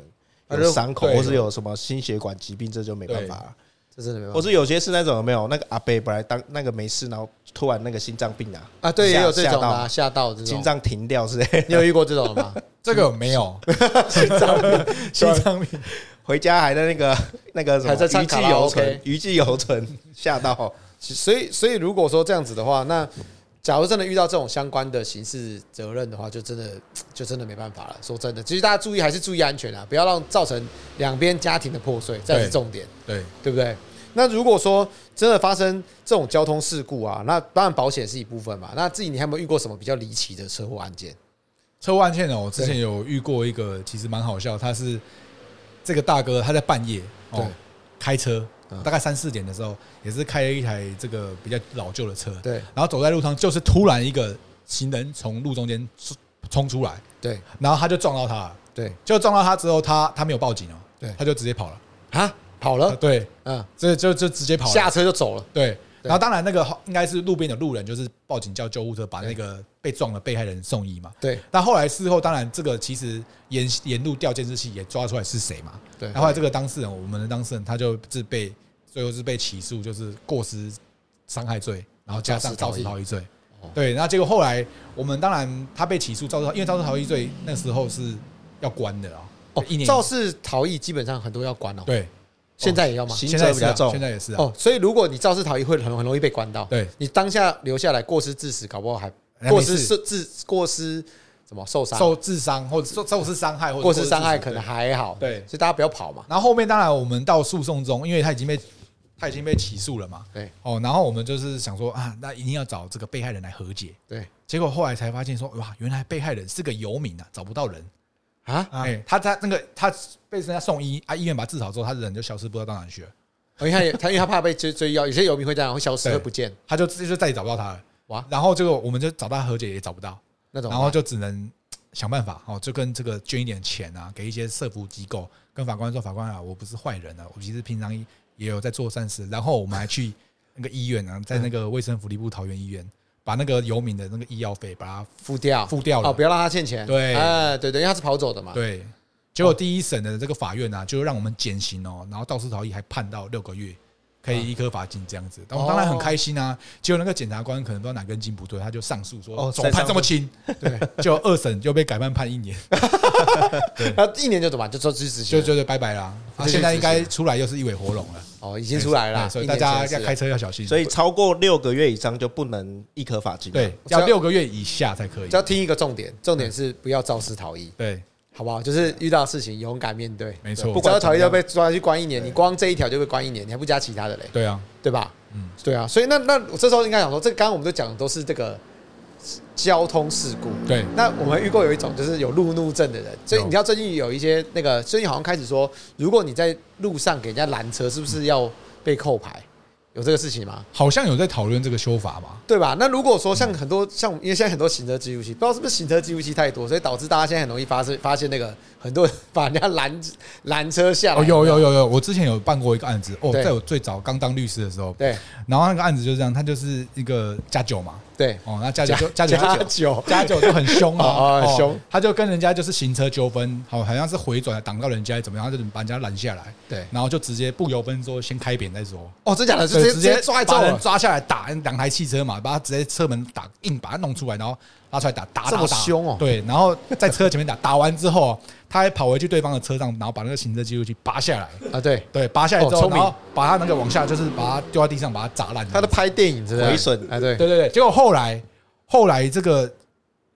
能
就
有伤口，
对
或是有什么心血管疾病，这就没办法啊。
这真的没办
或
法
是有些是那种有没有那个阿伯本来当那个没事，然后突然那个心脏病啊，
啊。对，也有这
吓
种的
吓
啊，吓到这
到心
种，
脏停掉之类，
你有遇过这种的吗？
这个没有心脏病， 心脏病
回家还在那个那个什么
还在唱
余
卡
悸
拉
犹
OK
存，余悸犹存， 吓到。
所以，所以如果说这样子的话，那假如真的遇到这种相关的刑事责任的话，就真的就真的没办法了。说真的，其实大家注意还是注意安全啊，不要让造成两边家庭的破碎，这才是
对
重点，
对
对不对？那如果说真的发生这种交通事故啊，那当然保险是一部分嘛。那自己你还有没有遇过什么比较离奇的车祸案件？
车祸案件哦，我之前有遇过一个，其实蛮好笑，他是这个大哥他在半夜
对
哦开车
嗯，
大概三四点的时候，也是开了一台这个比较老旧的车，
对
然后走在路上，就是突然一个行人从路中间冲冲出来，
对
然后他就撞到他了，
对
就撞到他之后，他他没有报警哦，
对
他就直接跑了，
啊，跑了，
对，
嗯，
这就就直接呃跑了，
下车就走了，
对，
对
然后当然那个应该是路边有路人，就是报警叫救护车把那个被撞的被害人送医嘛。
对
那后来事后，当然这个其实沿沿路调监视器也抓出来是谁嘛。
对
然后后来这个当事人，我们的当事人他就是被最后是被起诉，就是过失伤害罪，然后加上
肇
肇
事逃逸
事逃逸罪
哦。
对，那结果后来我们当然他被起诉肇事逃，因为肇事逃逸罪那时候是要关的啊，
哦
一，年
肇事逃逸基本上很多要关哦，
对，
现在也要吗？
行
现
车
在
比
是啊
较重
现，在也是啊，
哦，所以如果你肇事逃逸，会很很容易被关到。
对哎
你当下留下来过失致死，搞不好还
还没
过失
事
是致过失什么受伤，
受致伤或者受受是伤害或者
过失伤害
致死
可
对
能还好。
对
所以大家不要跑嘛。
然后后面当然我们到诉讼中，因为他已经被他已经被起诉了嘛，
对
哦，然后我们就是想说啊，那一定要找这个被害人来和解。
对
结果后来才发现说，哇，原来被害人是个游民啊，找不到人。
啊，
哎、他他那个他被人家送医啊，医院把他治好之后，他人就消失不知道到哪去了，
哦因为他也他因为他怕被追追妖，有些游民会这样，会消失
对
会不见。
他就就再也找不到他了。
哇，
然后这个我们就找他和解也找不到，
那种
然后就只能想办法哦，就跟这个捐一点钱啊，给一些社福机构，跟法官说，法官啊，我不是坏人啊，我其实平常也有在做善事。然后我们还去那个医院啊，在那个卫生福利部桃园医院把那个游民的那个医药费把它
付掉，
付掉了
哦，不要让他欠钱。
对
哎，对对，因为他是跑走的嘛。
对，结果第一审的这个法院啊，就让我们减刑哦，然后肇事逃逸还判到六个月，可以一颗罚金这样子。当当然很开心啊。结果那个检察官可能不知道哪根筋不对，他就上诉说
哦
总判这么轻，对，就二审就被改判判一年，
那一年就怎么办就说去执行
就
了，
就就拜拜啦。啊，现在应该出来又是一尾活龙了，
哦，已经出来了
对
啦，
哎所以
一
大
年
家
前是
要开车要小心。
所以啊超过六个月以上就不能一颗罚金。
对，
只要
要六个月以下才可以
只。要听一个重点，重点是不要肇事逃逸，
对，
好不好？就是遇到事情勇敢面对，
没错
不
管
肇事逃逸
怎
要
么样
被抓去关一年，你光这一条就被关一年，你还不加其他的嘞，
对啊，
对吧？
嗯，
对啊，所以那那我这时候应该讲说，这刚刚我们都讲的都是这个交通事故。
对，
那我们遇过有一种就是有路怒症的人，所以你知道最近有一些那个最近好像开始说，如果你在路上给人家拦车，是不是要被扣牌？有这个事情吗？
好像有在讨论这个修法嘛。
对吧？那如果说像很多像，
嗯
因为现在很多行车记录器，不知道是不是行车记录器太多，所以导致大家现在很容易发生发现那个很多人把人家拦拦车下来。
哦，有有有有，我之前有办过一个案子哦，
对
在我最早刚当律师的时候，
对
然后那个案子就这样，他就是一个加酒嘛，
对，
哦，那加酒就加酒
加
就
酒
加酒就很凶 嘛，
哦哦
哦
凶，
他就跟人家就是行车纠纷，好，好像是回转挡到人家怎么样，他就把人家拦下来，
对
然后就直接不由分说，先开扁再说，
哦，真假的，就直接
对直
直
接
接抓啊
把
走
人
了，
抓下来打两台汽车嘛，把他直接车门打硬把他弄出来，然后拉出来打打打
这
打
么凶哦
对，然后在车前面打打完之后，他还跑回去对方的车上，然后把那个行车记录器拔下来。
啊！对，
对，拔下来之
哦
后，
聪明
然后把他那个往下，就是把它丢在地上，把它砸烂。
他在拍电影，真的
毁损
哎，对
对对对，结果后来后来这个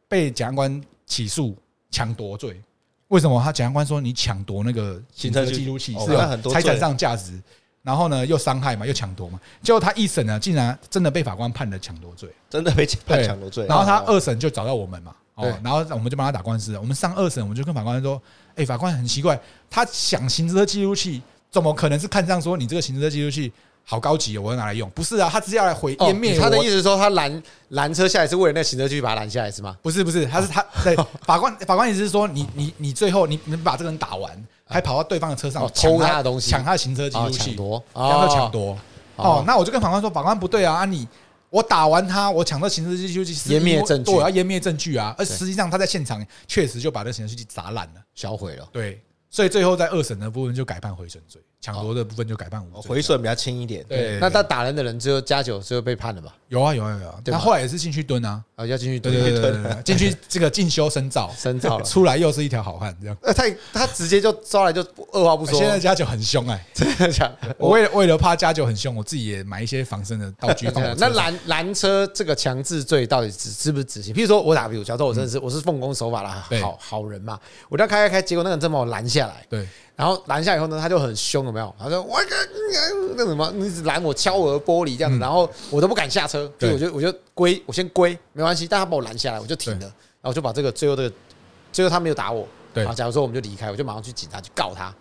被检察官起诉抢夺罪，为什么？他检察官说你抢夺那个行车记录器是
行车记录器哦那
有
很多
财产
罪
上价值，然后呢又伤害嘛，又抢夺嘛，结果他一审呢竟然真的被法官判了抢夺罪，
真的被判
对哦
抢夺罪。哦
然后他二审就找到我们嘛，
哦
哦
对，
然后我们就帮他打官司了。我们上二审，我们就跟法官说，哎，法官很奇怪，他想行车记录器，怎么可能是看上说你这个行车记录器好高级哦，我要拿来用？不是啊，他只是要来毁
哦
湮灭
他的
我
意思是说，他拦拦车下来是为了那行车记录器把他拦下来是吗？
不是不是，他是他 对法官法官意思是说你你你最后你你把这个人打完，还跑到对方的车上
啊哦
抢
偷他的东西
抢他的行车记
啊，
录
抢
器，
夺，
这样
哦
叫抢夺。
哦
哦，那我就跟法官说，法官不对啊，啊你我打完他，我抢到行车记录器是因为
湮灭证据
对我要湮灭证据啊。而实际上他在现场确实就把那行车记录器砸烂了，
销毁了。
对，所以最后在二审的部分就改判毁损罪，抢夺的部分就改判无
哦
罪。
毁损比较轻一点。
对，
那
那
他打人的人只有加九，只有被判了吧？
有啊有啊有啊，
对吧
那后来也是进去蹲啊，
啊，要进去
对
蹲
对对对对，进去这个进修深造，
深造了。
出来又是一条好汉这样。
呃，太他直接就抓来就二话不说，
现在家酒很凶哎、
真的 假的？
我为了为了怕家酒很凶，我自己也买一些防身的道具放我车
那
上。
拦拦车这个强制罪到底是是不是执行？譬如说我打比如，假如说我真的是我是奉公守法啦，
对
好好人嘛，我这样开开开，结果那个人真把我拦下来，
对
然后拦下以后呢，他就很凶，有没有？他说我这那什么，你一直拦我敲我的玻璃这样子，然后我都不敢下车，所以
嗯对
我就我就归，我先归，没关系，但他把我拦下来，我就停了，
对
然后我就把这个最后这个最后他没有打我，
对
啊，假如说我们就离开，我就马上去警察去告他，
哦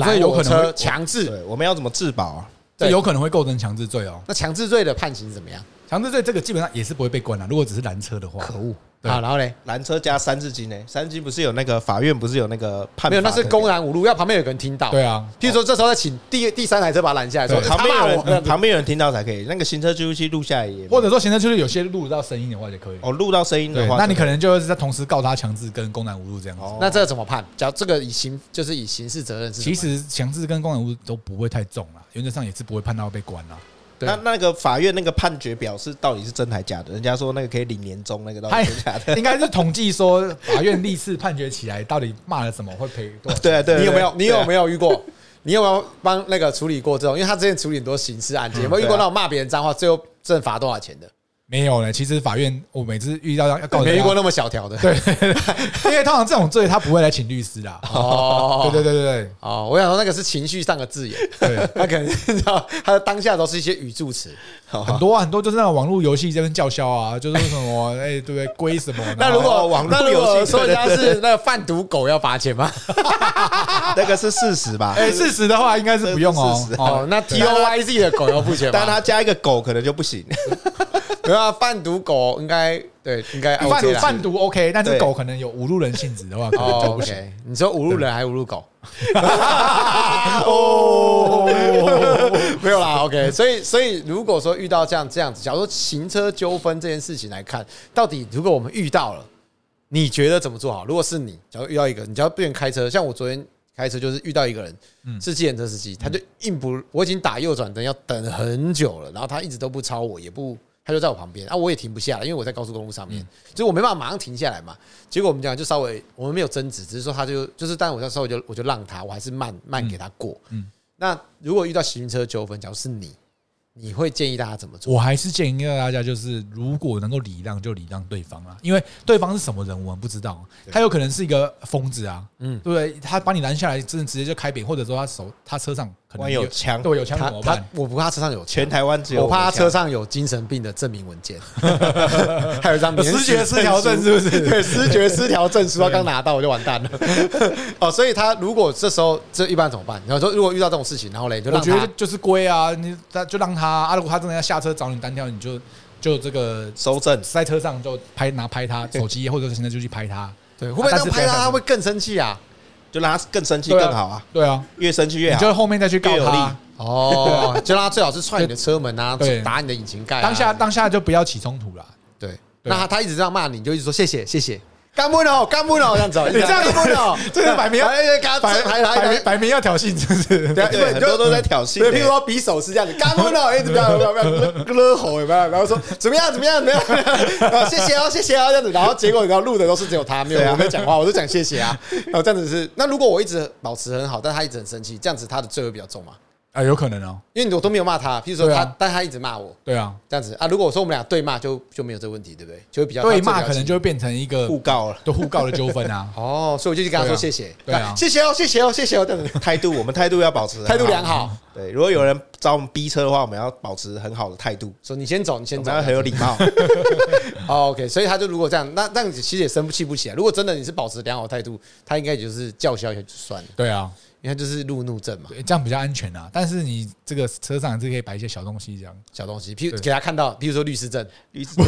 他拦
这有可能
我车
会
强制，
对，我们要怎么自保啊？
对
这有可能会构成强制罪哦。
那强制罪的判刑怎么样？
强制罪这个基本上也是不会被关的、啊如果只是拦车的话，
可恶！
对
好，然后嘞，
拦车加三字经呢？三字经不是有那个法院不是有那个判
没有，
罚
那是
的
公然侮辱，要旁边有个人听到。
对，啊，
譬如说这时候再请第第三台车把他拦下来，说哎
对
他
旁边
骂
有
我，
嗯
人，嗯旁边有人听到才可以。那个行车记录器录下来也没，
或者说行车记录有些录得到声音的话就可以。
哦录到声音
对
的，话，
那你可能就是在同时告他强制跟公然侮辱这样子。
哦
那这个怎么判？假如这个以刑就是以刑事责任是什
其
么，
实强制跟公然侮辱都不会太重啦，原则上也是不会判到被关啦。啊
对
那那个法院那个判决表是到底是真还假的？人家说那个可以领年终，那个到底哦真假 的？
应该是统计说法院历次判决起来到底骂了什么会赔多少
对啊，对啊，
你有没有你有没
有？
有遇过？ 你有没有帮那个处理过这种？因为他之前处理很多刑事案件，有没有遇过
对啊
那种骂别人脏话，最后真的罚多少钱的？
没有呢，其实法院我每次遇到要要
哦
告人
没
家
啊
遇过那么小条的。
对，因为通常这种罪他不会来请律师啦。
哦，
对对对
哦，我想说那个是情绪上的字眼，
对 对，
他可能你知道，他的当下都是一些语助词。
哦
很多啊很多就是那种网络游戏这边叫嚣啊， 就是说什么哎对不对归什 么，
那
然
如
后
果
哦网络
那如
游戏
果说人家
对对
是那个贩毒狗要罚钱吗？
啊那个是事实吧？
哎事实的话应该是不用哦
这是事实
哦，那 T
啊
O Y Z 的狗要付钱吗？
但他加一个狗可能就不行。
对啊，贩毒狗应该对，应该
哎
OK
贩
啦。
贩毒 OK，但是
对
狗可能有侮辱人性质的话，可能就
哦
不行。
，OK，你说侮辱人还是侮辱狗？
哦，
没有啦，OK。所以，所以如果说遇到这样这样子，假如说行车纠纷这件事情来看，到底如果我们遇到了，你觉得怎么做好？如果是你，假如遇到一个，你只要不愿开车，像我昨天开车就是遇到一个人，
嗯
是计程车司机，他就硬不，我已经打右转灯要等很久了，然后他一直都不超我，也不。他就在我旁边啊，我也停不下来，因为我在高速公路上
嗯
面，所以我没办法马上停下来嘛。结果我们讲就稍微我们没有争执，只是说他就就是，但我那时候我就我就让他，我还是慢
嗯
慢给他过。那如果遇到行车纠纷，假如是你，你会建议大家怎么做？
我还是建议大家，就是如果能够礼让，就礼让对方啦，因为对方是什么人，我们不知道，他有可能是一个疯子啊，嗯，对不对？他把你拦下来，真的直接就开扁，或者说他手他车上可能
万一有枪
对，有枪
他
怎么
他
办？
我不怕他车上有
全台湾只有
我怕他
们家
车上有精神病的证明文件， 还有一张免死
失觉失调症是不是
对，失觉失调证书他刚拿到我就完蛋了。 哦，所以他如果这时候这一般怎么办？然后说如果遇到这种事情，然后嘞就
我
让
觉得
他
就是归啊，你他就让他啊，如果他真的要下车找你单挑，你就就这个
收证，
在车上就拍拿拍他手机，或者是现在就去拍他，
对，会不会
啊
这样拍他？他会更生气啊？
就让他更生气
对
更好啊，，
对啊，
越生气越
你
好。
就后面再去告
越有
他
利。
哦，就让他最好是踹你的车门啊
对，
打你的引擎盖啊。
当下当下就不要起冲突啦。
对，那他他一直这样骂你，你就一直说谢谢谢谢。干不了，干不了，这样子哦，
你这样
干不了，
这个摆明要
哎哎干
摆
还还
摆
还
明摆明要挑衅，是不是？
对啊，因为
对，很
你就
多都在挑衅
对，
的。
譬如说比手势这样子，干不了，哎，怎么样，怎么样，怎么样勒吼，有没有？然后说怎么样，怎么样，怎么样？然后谢谢哦，谢谢哦，这样子。然后结果你知道录的都是只有他，没有
对啊
我没有讲话，我就讲谢谢啊。然后这样子是，那如果我一直保持很好，但他一直很生气，这样子他的罪会比较重嘛？
啊，有可能哦。
因为我都没有骂他，譬如说
对啊
他，但他一直骂我。
对啊，
这样子啊，如果我说我们俩对骂就就没有这个问题，对不对？啊就会比较
对
他
骂
罪比较
可能
轻。
就会变成一个
互告了，
对互告的纠纷啊
哦，所以我就去跟他说
对啊
谢谢，
对啊
谢谢哦，谢谢哦，谢谢哦，这样子
态度我们态度要保持很好
态度良。好，
对，如果有人找我们逼车的话，我们要保持很好的态度，
说你先走，你先
我
走
们，要很有礼貌。
哦，OK，所以他就如果这样，那那样子其实也生不气不起来。如果真的你是保持良好态度，他应该也就是叫嚣一下就算了，
对啊，
因为他就是路怒症嘛，
对这样比较安全啊。但是你这个车上是可以摆一些小东西，这样。
小东西，譬如
对
给他看到，譬如说律师 证，
律师
律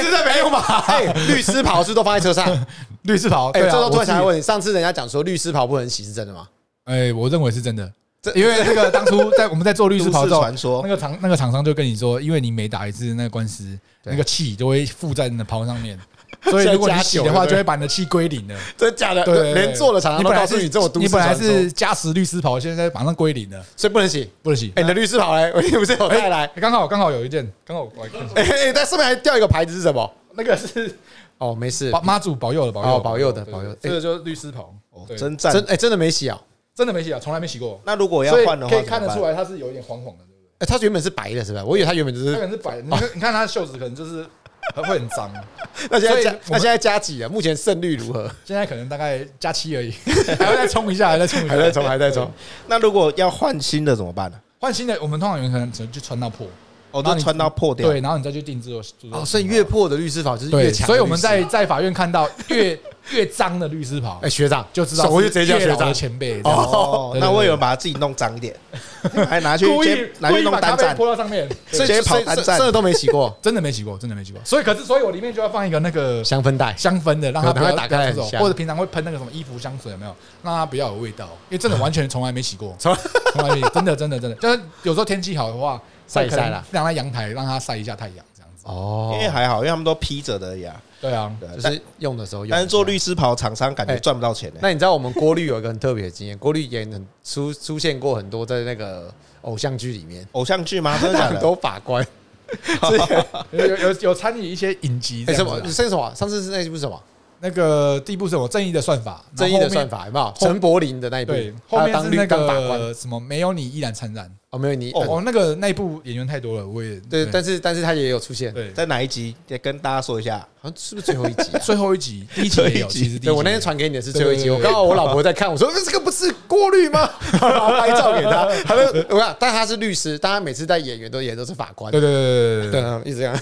师证没用吧？
哎， 律师袍是不是都放在 车上，
律师袍，
哎，
对
这
啊
时候突然想来，
我自己
问你，上次人家讲说律师袍不能洗是真的吗？
哎，我认为是真的。因为那个当初在我们在做 律师袍之
都
后
市传，说
那个厂那个厂商就跟你说，因为你每打一次那个官司，
对
那个气都会附在你的 袍上面，所以如果你洗的话，就会把你的气归零的。
真的假的？
对对，对
连做了常常
你
都
本来
告诉
是
你这种都
你
市
本来
传说，
是加时律师袍，现在马上归零了，
所以不能洗。
不能洗。
哎，你的律师袍嘞，我不是有带 来？
刚好刚好有一件，刚好我
哎，哎但上面还掉一个牌子是什么？
那个是
哦，没事，
保妈祖保佑的保佑
哦保佑的保佑
对对对这个就是律师袍，
哦
对，
真赞
真。哎，真的没洗啊。
真的没洗啊，从来没洗过，
那如果要
所以
换的话，
可以看得
怎么办
出来它是有一点黄黄的，对不对？
哎，他原本是白的，是吧？我以为他原本就
它
是，
可能是白的，你看你看它的袖子可能就是会很脏，
那现在
所以
加
我们
那现在加几啊？目前胜率如何？
现在可能大概加七而已，还要再冲一 下，还要再冲一下，
还在
啊
冲，还在冲。
那如果要换新的怎么办呢？
换新的，我们通常有可能只能就穿到破，
哦，
然后
就
你
穿到破掉。
对，然后你再去定制做做
哦，所以越破的律师法就是越
对，
强的律师。
所以我们在在法院看到越越脏的律师袍
哎、，学长
就知道
手我就是直接叫
越
学
老的
长。
前辈这样
哦，
对对对
那我有人把它自己弄脏一点， 还拿 去
故
接
意
拿
故
去
意
弄
把
单
咖啡
站，
泼到上面，
所以
直接跑
所以
单
这
站
这都没洗过
真的没洗过，真的没洗过。所以可是，所以我里面就要放一个那 个
香氛袋，
香氛的，让它不
可
要
能会打开来
这种
很，香
或者平常会喷那个什么衣服香水有没有？让它不要有味道，因为真的完全从来没洗过，
从
从来没真的真的真的，就是有时候天气好的话，
晒一晒啦，
让它阳台让它晒一下太阳这样子。
哦
因为还好，因为他们都披着的而已啊。
对 啊，
对
就
但
是用的时候用。
但是做。律师袍厂商感觉
哎
赚不到钱呢。
那你知道我们郭律有一个很特别的经验，郭律也很出出现过很多在那个偶像剧里面，
偶像 剧吗？真的假
很
的？
多法官，之前
有有有有参与一些影集这
哎什
样子啊
么是什么？上次是那一部是什么？
那个第一部是我正义的算法，
正义的算
法。
法有没有？陈柏霖的那一部
对，，后
他
面是
当律
那
当法官
个什么没有你依然灿烂
哦，没有你
哦，那个那一部演员太多了，我也
对，但是但是他也有出现，
对，
在哪一集？也跟大家说一下。
好像是不是最后一集啊？
最后一集第一集也有，
最后一
其
集
实第一集
对我那天
也有
传给你的是最后一集，
对对对
我刚好我老婆在看，我说 呃这个不是过滤吗？ 然后拍照给她，她说我看，但她是律师，但她每次带演员都演都是法官，
对对对对对对
对
对
啊，一直这样，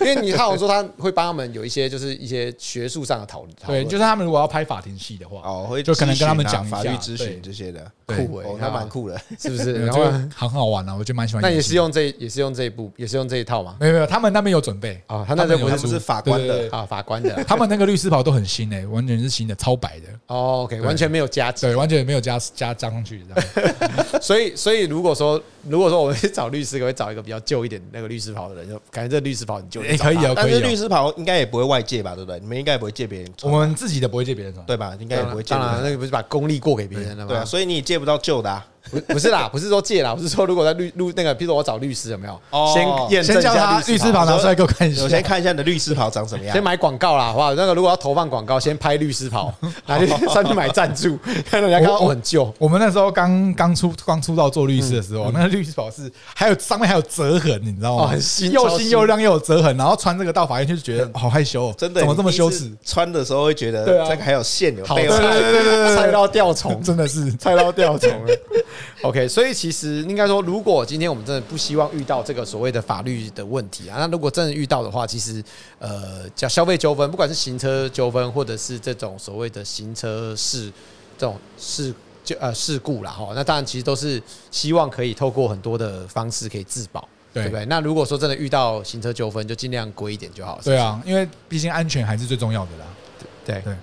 因为你他好像说他会帮他们有一些就是一些学术上的讨论。讨
对，
论
就是他们如果要拍法庭戏的话，
哦，会
就可能
咨询
跟他们
啊
讲一下
法律咨
对
询这些的，
对
酷欸
哦，那蛮酷的。
是不是？
对
然
这
后
个很好玩啊，我就蛮喜欢。
那也是，用这也是用这一部也是用这一套嘛？
没有没有，他们那边有准备，
哦，他那
啊他
个
们
不
他
是
有
们是法官
对对
的
对，
啊法 官的
他们那个律师袍都很新诶，完全是新的，超白的，
哦，OK，完全没有加值。
对，完全没有加加加上去，这样
所以所以如果说如果说我们去找律师，可不可以找一个比较旧一点的那个律师袍的人，就感觉这律师袍很旧。
也可以啊，
但
可
是
以
律
啊。
师袍应该也不会外借吧，对不对？你们应该也不会借别人
我
穿，
们自己的不会借别人穿，
对吧？应该
当
也
然
不会借
当
哦
别
然，那
人，
哎个不是把功力过给别人了
对啊，
吗？
所以你也借不到旧的啊。
不不是啦，不是说借啦，我 是说如果在律律那个，譬如说我找律师有没有
哦？
先验证
先
一
叫
下
他
律
律
师
师袍拿出来给我看一下
我。先看一下你的律师袍长什么样
先。买广告啦，好不好？那个如果要投放广告，先拍律师 袍，拿去上去买赞 助，看人家看到哦
我
我很旧。
我们那时候刚刚出刚出道做律师的时候，那个律师袍是还有上面还有折痕，你知道吗？
哦很新
又
超
新
新
又亮又有折痕，然后穿这个到法院去，觉得好害羞哦，
真的，
怎么这么
你
羞
第一次
耻？
穿的时候会觉得
对啊
这个还有线有
好
背
菜，
有线
对对，菜到掉虫，
真的是
菜到掉虫了。OK，所以其实应该说，如果今天我们真的不希望遇到这个所谓的法律的问题啊，那如果真的遇到的话，其实呃，叫消费纠纷，不管是行车纠纷，或者是这种所谓的行车事这种事。就呃事故啦哈，那当然其实都是希望可以透过很多的方式可以自保，对
对
不对？那如果说真的遇到行车纠纷，就尽量规一点就好。
对啊，因为毕竟安全还是最重要的啦。
是不是，对，
对，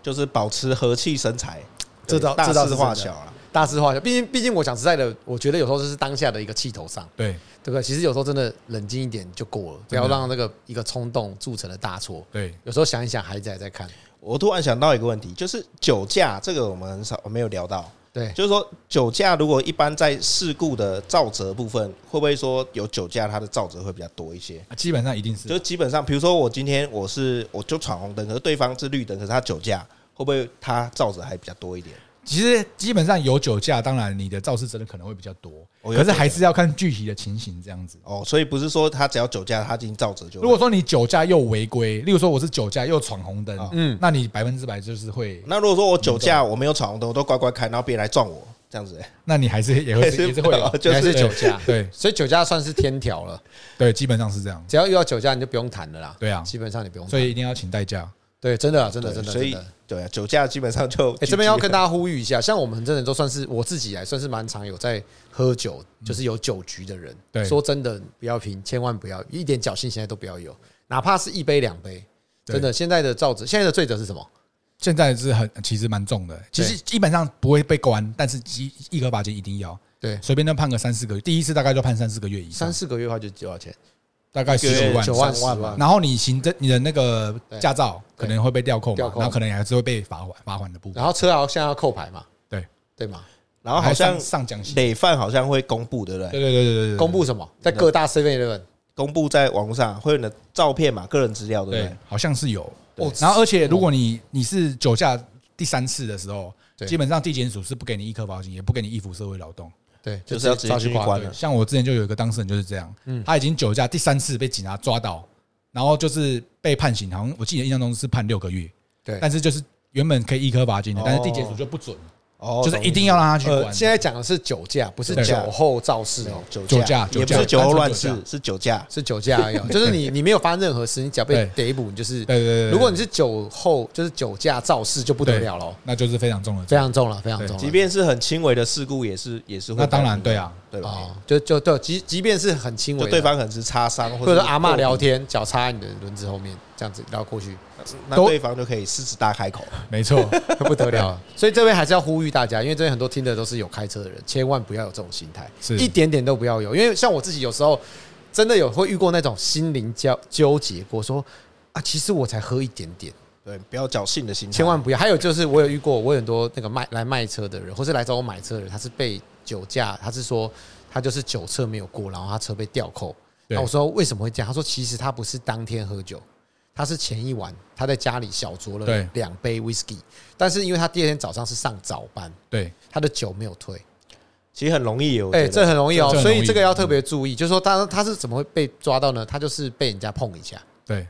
就是保持和气生财，
这倒
对
这
大
倒是
事化
真的
小了。
大事化小。毕竟毕竟我讲实在的，我觉得有时候这是当下的一个气头上。
对
对不对？其实有时候真的冷静一点就过了，不
真的
要让那个一个冲动铸成了大错。
对，
有时候想一想，孩子还在看，
我突然想到一个问题，就是酒驾这个我们很少没有聊到，
哎
对，
就是说酒驾如果一般在事故的造责部分，会不会说有酒驾它的造责会比较多一些？
啊基本上一定是
就是基本上，比如说我今天我是我就闯红灯，可是对方是绿灯，可是他酒驾，会不会他造责还比较多一点？
其实基本上有酒驾，当然你的肇事责任可能会比较多，
哦有
可
酒
是
驾
还是要看具体的情形这样子。
哦，所以不是说他只要酒驾，他进造责就会
如果说你酒驾又违规，例如说我是酒驾又闯红灯
哦，
嗯，那你百分之百就是会，
那如果说我酒驾，我没有闯红灯，我都乖乖开，然后别人来撞我，这样子，
那你还是也会是也是会有，
就
还是
是
酒 驾，
对
所以酒驾算是天条了，
对，基本上是这样，
只要遇到酒驾你就不用谈了啦。
对啊
基本上你不用谈，
所以一定要请代驾。
对，真的啊真的真的，
所以
真的
对啊，酒驾基本上 就
哎、这边要跟
他
大家呼吁一下，像我们真的都算是我自己来算是蛮常有在喝酒，就是有酒局的人。
对
说真的，不要拼，千万不要一点侥幸，现在都不要有，哪怕是一杯两杯，
对
真的，现在的造责，现在的罪责是什么？
现在是很其实蛮重的，其实基本上不会被关，但是一一颗罚金一定要，
对，
随便都判个三四个月，第一次大概就判三四个月以上
三，四个月的话就多少钱？
大概十几万
九
以上。
万、十
上万
万。
然后你行政你的那个
啊对
驾照可能会被吊扣嘛，
吊扣
然后可能也还是会被罚款罚款的部分
然。后车要现在要扣牌嘛？
对
对嘛？
然后好像
还上上奖金，
累犯好像会公布，对不对？
对对对对对对，
公布什
嗯
么？在各大 seven eleven
公布在网络上会有你的照片嘛，个人资料，对不
对
对？，
好像是有。
对
然后而且如果你你是酒驾第三次的时候，
对
基本上地检署是不给你一颗罚金，也不给你一服社会劳动。
对，
就是要直接
抓
进去
关
关
了
了。
像我之前就有一个当事人就是这样，
嗯
他已经酒驾第三次被警察抓到，然后就是被判刑，好像我记得印象中是判六个月，
对
但是就是原本可以一颗罚金的
哦，
但是地检署就不准，
哦
就是一定要让他去
呃，
关。
现在讲的是酒驾，不是
对
酒后肇事哦
懂，酒
酒
驾
驾，酒
也不
驾
是酒后乱
单
事
纯，
是酒驾。
是酒驾而已哦，就是你你没有发生任何事，你只要被逮捕，你就是。
对对对对，
如果你是酒后，就是酒驾肇事，就不得了喽，
那就是非常重的
非
罪。
常重了，非常重了。
即便是很轻微的事故，也是也是会
那当然
判你
对啊，
对吧？
哦，就就对，即即便是很轻微
就
的，
对方可能是擦伤，
或
或
者
是
说阿嬷聊
过敏，
天，脚插你的轮子后面，这样子绕过去，
那
都
对方就可以狮子大开口。
没错，
不得了了。所以这边还是要呼吁大家，因为这边很多听的都是有开车的人，千万不要有这种心态，
是
一点点都不要有。因为像我自己有时候真的有会遇过那种心灵交纠结过，说啊，其实我才喝一点点，
对，不要侥幸的心态，
千万不要。还有就是我有遇过，我有很多那个卖来卖车的人，或是来找我买车的人，他是被酒驾，他是说他就是酒测没有过，然后他车被吊扣。
对
那我说为什么会这样？他说其实他不是当天喝酒，他是前一晚他在家里小酌了
对
两杯 whisky，但是因为他第二天早上是上早班，
对
他的酒没有退。
其实很容易耶。我
哎、
觉得
这很容易哦
这，很
所以
容易
这个要特别注意。就是说他他是怎么会被抓到呢？他就是被人家碰一下。
对，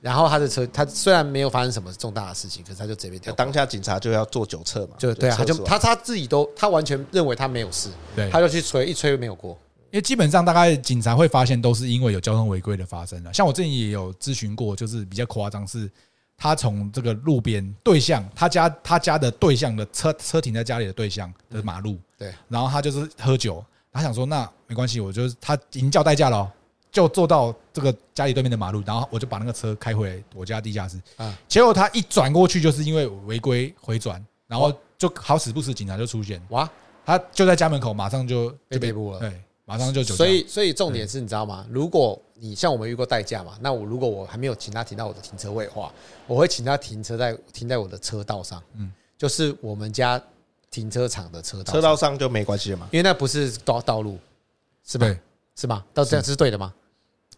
然后他的车，他虽然没有发生什么重大的事情，可是他就直接被吊扣。
当下警察就要做酒测嘛，
就对啊，他
测
就
出来
他他自己都他完全认为他没有事，
对
他就去吹，一吹没有过。
因为基本上大概警察啊会发现都是因为有交通违规的发生了。像我之前也有咨询过，就是比较夸张是。他从这个路边对向他家他家的对象的车车停在家里的对象的马路，
对，
然后他就是喝酒，他想说那没关系，我就是他已经叫代驾了哦，就坐到这个家里对面的马路，然后我就把那个车开回我家地下室。
啊
结果他一转过去，就是因为违规回转，然后就好死不死警察就出现，
哇，
他就在家门口，马上就
被
就
逮捕了
对，马上就酒驾
所以所以重点是你知道吗？如果你像我们遇过代驾嘛，那我如果我还没有请他停到我的停车位的话，我会请他停车在停在我的车道上，嗯
嗯，
就是我们家停车场的车道上，
车道上就没关系了嘛。
因为那不是道道路，是吧
对？，
是吗？到这样是对的吗？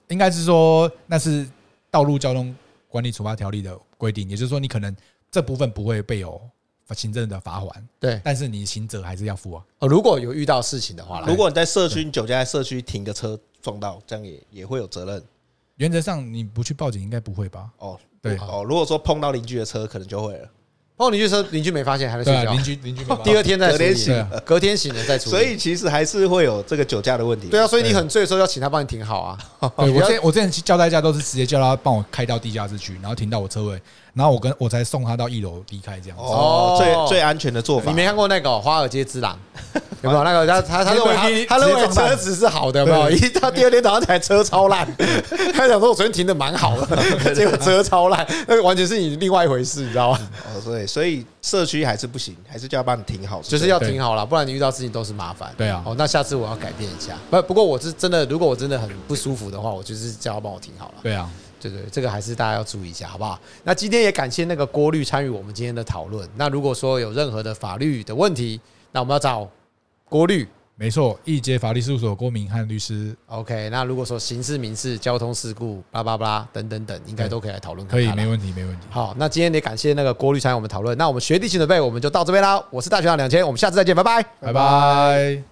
应该是说那是道路交通管理处罚条例的规定，也就是说你可能这部分不会被有呃行政的罚款，
对，
但是你行者还是要付啊。
哦，如果有遇到事情的话啦，
如果你在社区，你酒驾在社区停个车撞到，这样也也会有责任
原则上你不去报警应该不会吧？
哦。
对
哦，如果说碰到邻居的车，可能就会了。
碰邻居车，邻居没发现还在
对
睡
啊，
觉
邻，居邻居没办法
第二天再
隔天
处
醒
理，啊
了
隔天醒了再处理。
所以其实还是会有这个酒驾的问题。
对啊，所以你很醉的时候要请他 帮你停好啊。
对
不
我
要
之前我之前叫代驾都是直接叫他帮我开到地下室去，然后停到我车位，然后我跟我才送他到一楼离开这样子。
哦，
哦最最安全的做法。
你没看过那个《华尔街之狼》？ 有没有那个他他他认
直
为
接
他他
直接
认为
撞烂
车子是好的，有没有？
对
一到第二天早上起来车超烂， 他想说我昨天停的蛮好 的，结果车超烂，那完全是你另外一回事，你知道吗？
哦，对，所以社区还是不行，还是叫他帮你停好，
就是要停好了，不然你遇到事情都是麻烦。
对啊
哦，那下次我要改变一下。不，不过我是真的，如果我真的很不舒服的话，我就是叫他帮我停好了。
对啊，
对对，这个还是大家要注意一下，好不好？那今天也感谢那个郭律参与我们今天的讨论。那如果说有任何的法律的问题，那我们要找郭律。
没错，一杰法律事务所郭明翰律师
OK，那如果说刑事、民事、交通事故、巴拉巴拉等等等，应该都可以来讨论看
可以，
看啦
没问题，没问题。
好，那今天也感谢那个郭律参与我们讨论。那我们学弟请准备，我们就到这边啦。我是大学长两千，我们下次再见，拜拜。
拜拜。